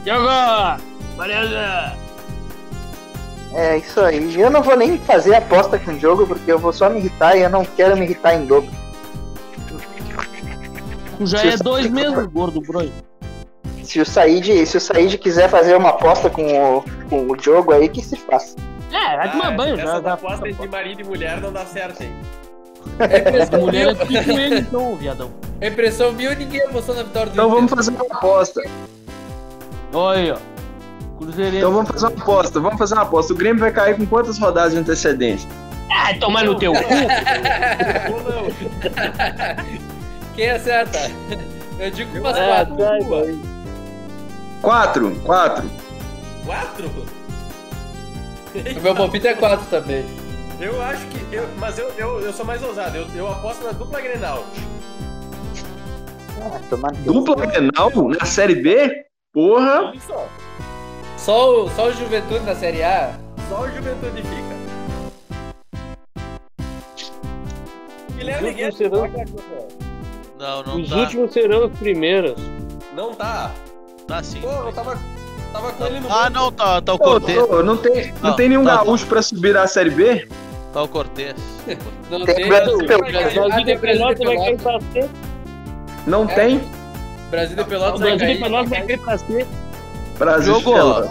[SPEAKER 5] Joga! Beleza!
[SPEAKER 2] É isso aí. Eu não vou nem fazer aposta com o jogo, porque eu vou só me irritar e eu não quero me irritar em dobro.
[SPEAKER 5] Tu já é dois mesmo, gordo bronho.
[SPEAKER 2] Se o Said, se o Said quiser fazer uma aposta com o, com o jogo aí, que se faça.
[SPEAKER 3] Ah,
[SPEAKER 5] É, vai tomar banho,
[SPEAKER 4] Ah,
[SPEAKER 5] já,
[SPEAKER 4] Essa
[SPEAKER 3] tá
[SPEAKER 5] já.
[SPEAKER 4] aposta entre marido e mulher não dá certo, hein?
[SPEAKER 5] As mulheres ficam ele, então, viadão.
[SPEAKER 3] É Impressão minha ou ninguém apostou na vitória do
[SPEAKER 6] Então vamos
[SPEAKER 3] Inter?
[SPEAKER 6] fazer uma aposta.
[SPEAKER 5] Olha aí, ó. Cruzeirense.
[SPEAKER 6] Então vamos fazer uma aposta. Vamos fazer uma aposta. O Grêmio vai cair com quantas rodadas de antecedência?
[SPEAKER 5] Ah, tomar no teu cu.
[SPEAKER 3] Quem acerta? Eu digo umas
[SPEAKER 5] Ah,
[SPEAKER 3] quatro.
[SPEAKER 5] sai,
[SPEAKER 3] Uma.
[SPEAKER 5] vai.
[SPEAKER 6] Quatro. Quatro.
[SPEAKER 4] Quatro?
[SPEAKER 3] O meu palpite é quatro também.
[SPEAKER 4] Eu acho que. Eu, mas eu, eu, eu sou mais ousado. Eu, eu aposto na dupla Grenal.
[SPEAKER 2] Tomar né? no teu
[SPEAKER 6] Dupla Grenal na Série B? Porra.
[SPEAKER 4] Um só.
[SPEAKER 3] Só o, só o Juventude na Série A?
[SPEAKER 4] Só o Juventude fica. Guilherme
[SPEAKER 5] Os últimos
[SPEAKER 4] Guedes
[SPEAKER 5] serão-
[SPEAKER 4] toca agora.
[SPEAKER 7] Não, não
[SPEAKER 5] Os
[SPEAKER 7] tá.
[SPEAKER 5] últimos serão os primeiros.
[SPEAKER 4] Não tá.
[SPEAKER 7] Tá sim.
[SPEAKER 4] Pô, eu tava, tava com ele no.
[SPEAKER 7] Ah, não, tá, tá o
[SPEAKER 6] Ô,
[SPEAKER 7] Cortez.
[SPEAKER 6] ô, não tem, não
[SPEAKER 7] Não,
[SPEAKER 6] tem nenhum
[SPEAKER 7] tá bom.
[SPEAKER 6] um gaúcho pra subir da Série B?
[SPEAKER 7] Tá o Cortez.
[SPEAKER 3] Não
[SPEAKER 2] Tem
[SPEAKER 3] tem.
[SPEAKER 2] Brasil
[SPEAKER 3] Brasil,
[SPEAKER 2] de
[SPEAKER 5] Mas o Brasil de Pelotas vai cair pra C.
[SPEAKER 6] Não
[SPEAKER 3] É.
[SPEAKER 6] tem?
[SPEAKER 3] Brasil de
[SPEAKER 5] O
[SPEAKER 3] Pelotas vai
[SPEAKER 5] Brasil de
[SPEAKER 3] cair.
[SPEAKER 5] Pelotas vai cair pra C.
[SPEAKER 6] Brasil
[SPEAKER 7] Diogo,
[SPEAKER 6] Estela.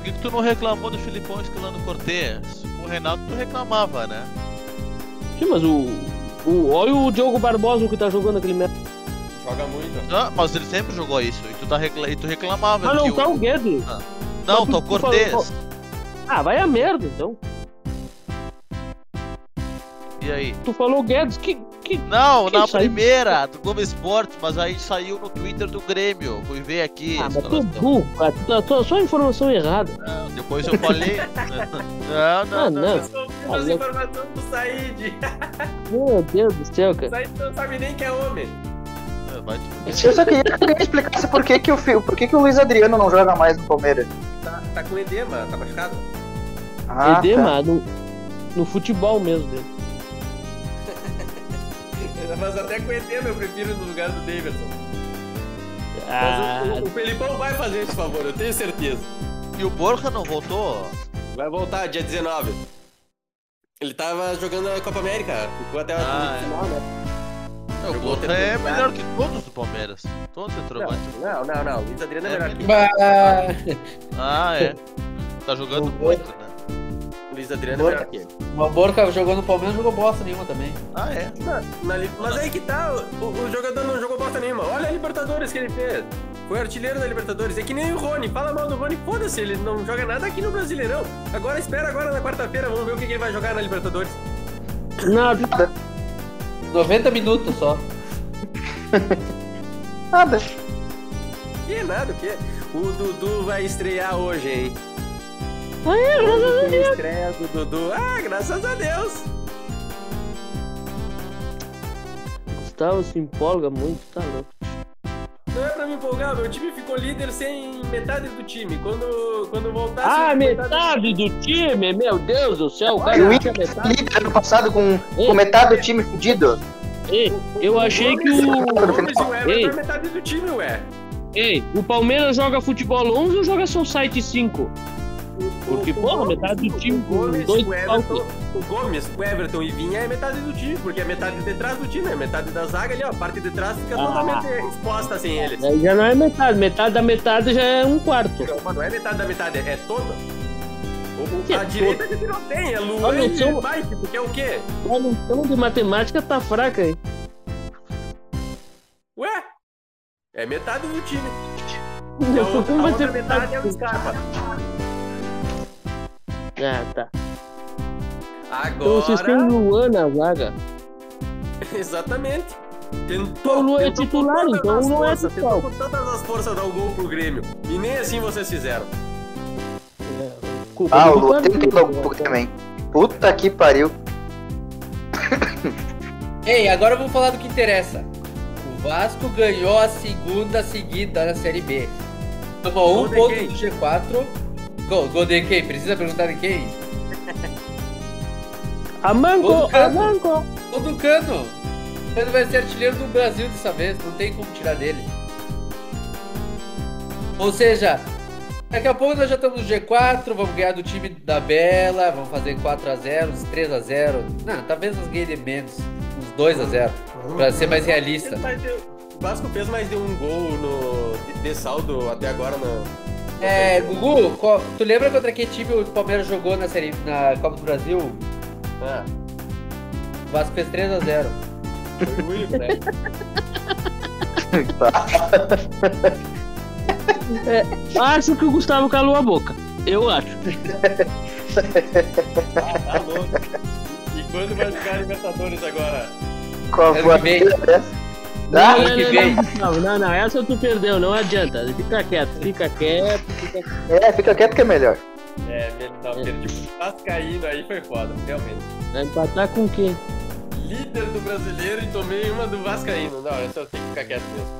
[SPEAKER 7] Por que, que tu não reclamou do Filipão escalando o Cortez? Com o Renato tu reclamava, né?
[SPEAKER 5] Sim, mas o. o olha o Diogo Barbosa que tá jogando aquele merda.
[SPEAKER 4] Joga muito.
[SPEAKER 7] Ah, mas ele sempre jogou isso. E tu, tá recla... e tu reclamava.
[SPEAKER 5] Ah, não,
[SPEAKER 7] que
[SPEAKER 5] tá
[SPEAKER 7] o...
[SPEAKER 5] o Guedes.
[SPEAKER 7] Não,
[SPEAKER 5] Mas
[SPEAKER 7] tá o
[SPEAKER 5] tu
[SPEAKER 7] Cortez.
[SPEAKER 5] falou- Ah, vai a merda então.
[SPEAKER 7] E aí?
[SPEAKER 5] Tu falou Guedes, que. que...
[SPEAKER 7] Não,
[SPEAKER 5] Que
[SPEAKER 7] na
[SPEAKER 5] isso aí?
[SPEAKER 7] primeira, do Globo Esporte, mas aí saiu no Twitter do Grêmio. Fui ver aqui. a
[SPEAKER 5] Ah, mas tu é
[SPEAKER 7] escalação.
[SPEAKER 5] burro, cara. Tu tá- tu- só informação errada.
[SPEAKER 7] Não, depois eu falei. não, não.
[SPEAKER 5] Ah, não.
[SPEAKER 4] Só as
[SPEAKER 5] louco.
[SPEAKER 4] informações do Said.
[SPEAKER 5] Meu Deus do céu, cara.
[SPEAKER 4] Said não sabe nem que é homem.
[SPEAKER 7] não, Vai te
[SPEAKER 2] Eu só queria que alguém me explicasse por que, que, o, Fi- por que, que o Luiz Adriano não joga mais no Palmeiras.
[SPEAKER 4] Tá, tá com edema, tá machucado?
[SPEAKER 2] Ah, tá.
[SPEAKER 5] Edema, no, no futebol mesmo. né?
[SPEAKER 4] Mas até com edema eu prefiro no lugar do Davidson.
[SPEAKER 5] Ah,
[SPEAKER 4] Mas o, o, o Felipão vai fazer esse favor, eu tenho certeza.
[SPEAKER 7] E o Borja não voltou?
[SPEAKER 4] Vai voltar dia 19. Ele tava jogando a Copa América, ficou até
[SPEAKER 5] Tá
[SPEAKER 7] Ah,
[SPEAKER 4] a
[SPEAKER 7] é.
[SPEAKER 4] final, né?
[SPEAKER 7] O
[SPEAKER 4] Eu vou
[SPEAKER 7] Borja
[SPEAKER 4] ter
[SPEAKER 7] é
[SPEAKER 4] que-
[SPEAKER 7] melhor que todos do Palmeiras. Todos retrovantes.
[SPEAKER 4] é. Não, não, não. Luiz Adriano é
[SPEAKER 7] É
[SPEAKER 4] melhor que
[SPEAKER 3] Bah,
[SPEAKER 7] Ah, é. Tá jogando muito, né?
[SPEAKER 4] ele. Luiz Adriano é melhor que ele.
[SPEAKER 3] O Borca jogou no Palmeiras não jogou bosta nenhuma também.
[SPEAKER 7] Ah, é.
[SPEAKER 4] Na li- Mas aí que tá, o, o jogador não jogou bosta nenhuma. Olha a Libertadores que ele fez. Foi artilheiro da Libertadores. É que nem o Rony. Fala mal do Rony, foda-se, ele não joga nada aqui no Brasileirão. Agora espera agora na quarta-feira, vamos ver o que que ele vai jogar na Libertadores.
[SPEAKER 5] nada.
[SPEAKER 3] 90 minutos só.
[SPEAKER 2] Nada.
[SPEAKER 4] Que nada, o quê? O Dudu vai estrear hoje, hein?
[SPEAKER 5] Ai, graças a
[SPEAKER 4] Tem estreia do Dudu. Ah, graças a Deus.
[SPEAKER 5] Gustavo se empolga muito, tá louco.
[SPEAKER 4] Não é pra me empolgar, meu time ficou líder sem metade do time. Quando, quando voltar...
[SPEAKER 5] Ah,
[SPEAKER 4] sem
[SPEAKER 5] metade do time, meu Deus do céu, o cara
[SPEAKER 2] E o
[SPEAKER 5] tinha metade.
[SPEAKER 2] Líder ano passado com, com
[SPEAKER 5] Ei.
[SPEAKER 2] metade do time fudido.
[SPEAKER 5] Ei, eu achei que o.
[SPEAKER 4] O Gomes e o Everton
[SPEAKER 5] Ei.
[SPEAKER 4] é metade do time, ué.
[SPEAKER 5] Ei, o Palmeiras joga futebol 11 ou joga Society 5? Porque, porra, metade do time
[SPEAKER 4] o
[SPEAKER 5] com
[SPEAKER 4] Gomes,
[SPEAKER 5] dois
[SPEAKER 4] o Everton, o Gomes, o Everton e Vinha é metade do time, porque é metade de trás do time, é metade da zaga ali, ó, a parte de trás fica
[SPEAKER 5] Ah.
[SPEAKER 4] totalmente exposta sem eles.
[SPEAKER 5] Aí já não é metade, metade da metade já é um quarto.
[SPEAKER 4] Não, não é metade da metade, é toda. O- o-
[SPEAKER 5] Que
[SPEAKER 4] a
[SPEAKER 5] é
[SPEAKER 4] direita que não tem, é Luan
[SPEAKER 5] Olha,
[SPEAKER 4] e
[SPEAKER 5] são-
[SPEAKER 4] Mike, porque é o quê?
[SPEAKER 5] A noção de matemática tá fraca aí.
[SPEAKER 4] Ué? É metade do time. A outra, a
[SPEAKER 5] Como vai
[SPEAKER 4] outra
[SPEAKER 5] ser
[SPEAKER 4] metade é o Scarpa.
[SPEAKER 5] Ah, tá. Então vocês têm o
[SPEAKER 4] Agora,
[SPEAKER 5] Luan na vaga.
[SPEAKER 4] exatamente. Tentou,
[SPEAKER 5] Então o Luan é
[SPEAKER 4] tentou com
[SPEAKER 5] titular,
[SPEAKER 4] todas
[SPEAKER 5] então
[SPEAKER 4] as
[SPEAKER 5] o Luan é
[SPEAKER 4] forças,
[SPEAKER 5] titular.
[SPEAKER 4] Tentou com todas as forças dar o gol pro Grêmio. E nem assim vocês fizeram.
[SPEAKER 5] É, culpa
[SPEAKER 2] Ah,
[SPEAKER 5] do
[SPEAKER 2] o Luan tem
[SPEAKER 5] Flamengo,
[SPEAKER 2] que
[SPEAKER 5] né?
[SPEAKER 2] pouco também. Puta que pariu.
[SPEAKER 3] Ei, agora vamos falar do que interessa. O Vasco ganhou a segunda seguida na Série B. Toma
[SPEAKER 4] Gol
[SPEAKER 3] um
[SPEAKER 4] de
[SPEAKER 3] ponto
[SPEAKER 4] quem?
[SPEAKER 3] do G4. Gol, gol de quem? Precisa perguntar de quem? é Gol
[SPEAKER 5] Amanco,
[SPEAKER 3] do Cano.
[SPEAKER 5] Amanco.
[SPEAKER 3] Gol do Cano. O Cano vai ser artilheiro do Brasil dessa vez. Não tem como tirar dele. Ou seja, daqui a pouco nós já estamos no G4. Vamos ganhar do time da Bela. Vamos fazer 4x0, uns 3x0. Não, talvez nos ganhe de menos. Uns 2x0. Pra ser mais realista.
[SPEAKER 4] Mas eu- O Vasco fez mais de um gol no, de, de saldo até agora no.
[SPEAKER 3] É, Gugu, qual- tu lembra contra que time o Palmeiras jogou na série na Copa do Brasil?
[SPEAKER 4] Ah,
[SPEAKER 3] O Vasco fez 3x0.
[SPEAKER 5] Acho que o Gustavo calou a boca. Eu acho.
[SPEAKER 4] Tá louco. E quando vai jogar Libertadores agora?
[SPEAKER 2] Com a
[SPEAKER 3] Ano
[SPEAKER 2] voz
[SPEAKER 3] que vem.
[SPEAKER 2] dessa.
[SPEAKER 5] Não,
[SPEAKER 2] Tá?
[SPEAKER 5] não,
[SPEAKER 3] que
[SPEAKER 5] não,
[SPEAKER 3] vem.
[SPEAKER 5] não, Gustavo, não, não, essa tu perdeu, não adianta. Fica quieto, fica quieto, fica quieto.
[SPEAKER 2] É, fica quieto que é melhor.
[SPEAKER 4] É, não, perdi pro Vascaíno aí, foi foda, realmente.
[SPEAKER 5] Vai empatar com quem?
[SPEAKER 4] Líder do brasileiro e tomei uma do Vascaíno. Não, essa eu tenho que ficar quieto mesmo.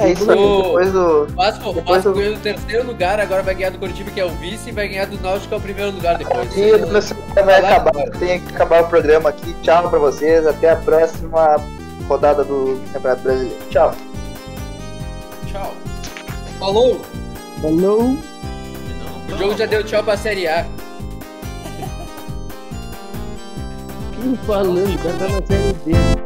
[SPEAKER 2] É isso aí.
[SPEAKER 3] Ô.
[SPEAKER 2] Depois do.
[SPEAKER 3] O Vasco, o
[SPEAKER 2] Depois eu-
[SPEAKER 3] Vasco ganhou do terceiro lugar, agora vai ganhar do Curitiba, que é o vice, e vai ganhar do Náutico, que é o primeiro lugar depois.
[SPEAKER 2] E o meu celular é vai acabar. Eu tenho que acabar o programa aqui. Tchau pra vocês. Até a próxima rodada do Campeonato Brasileiro. Tchau.
[SPEAKER 4] Tchau.
[SPEAKER 3] Falou!
[SPEAKER 5] Falou.
[SPEAKER 3] O jogo já deu tchau pra Série A.
[SPEAKER 5] Quem falando? O cara tá na série dele.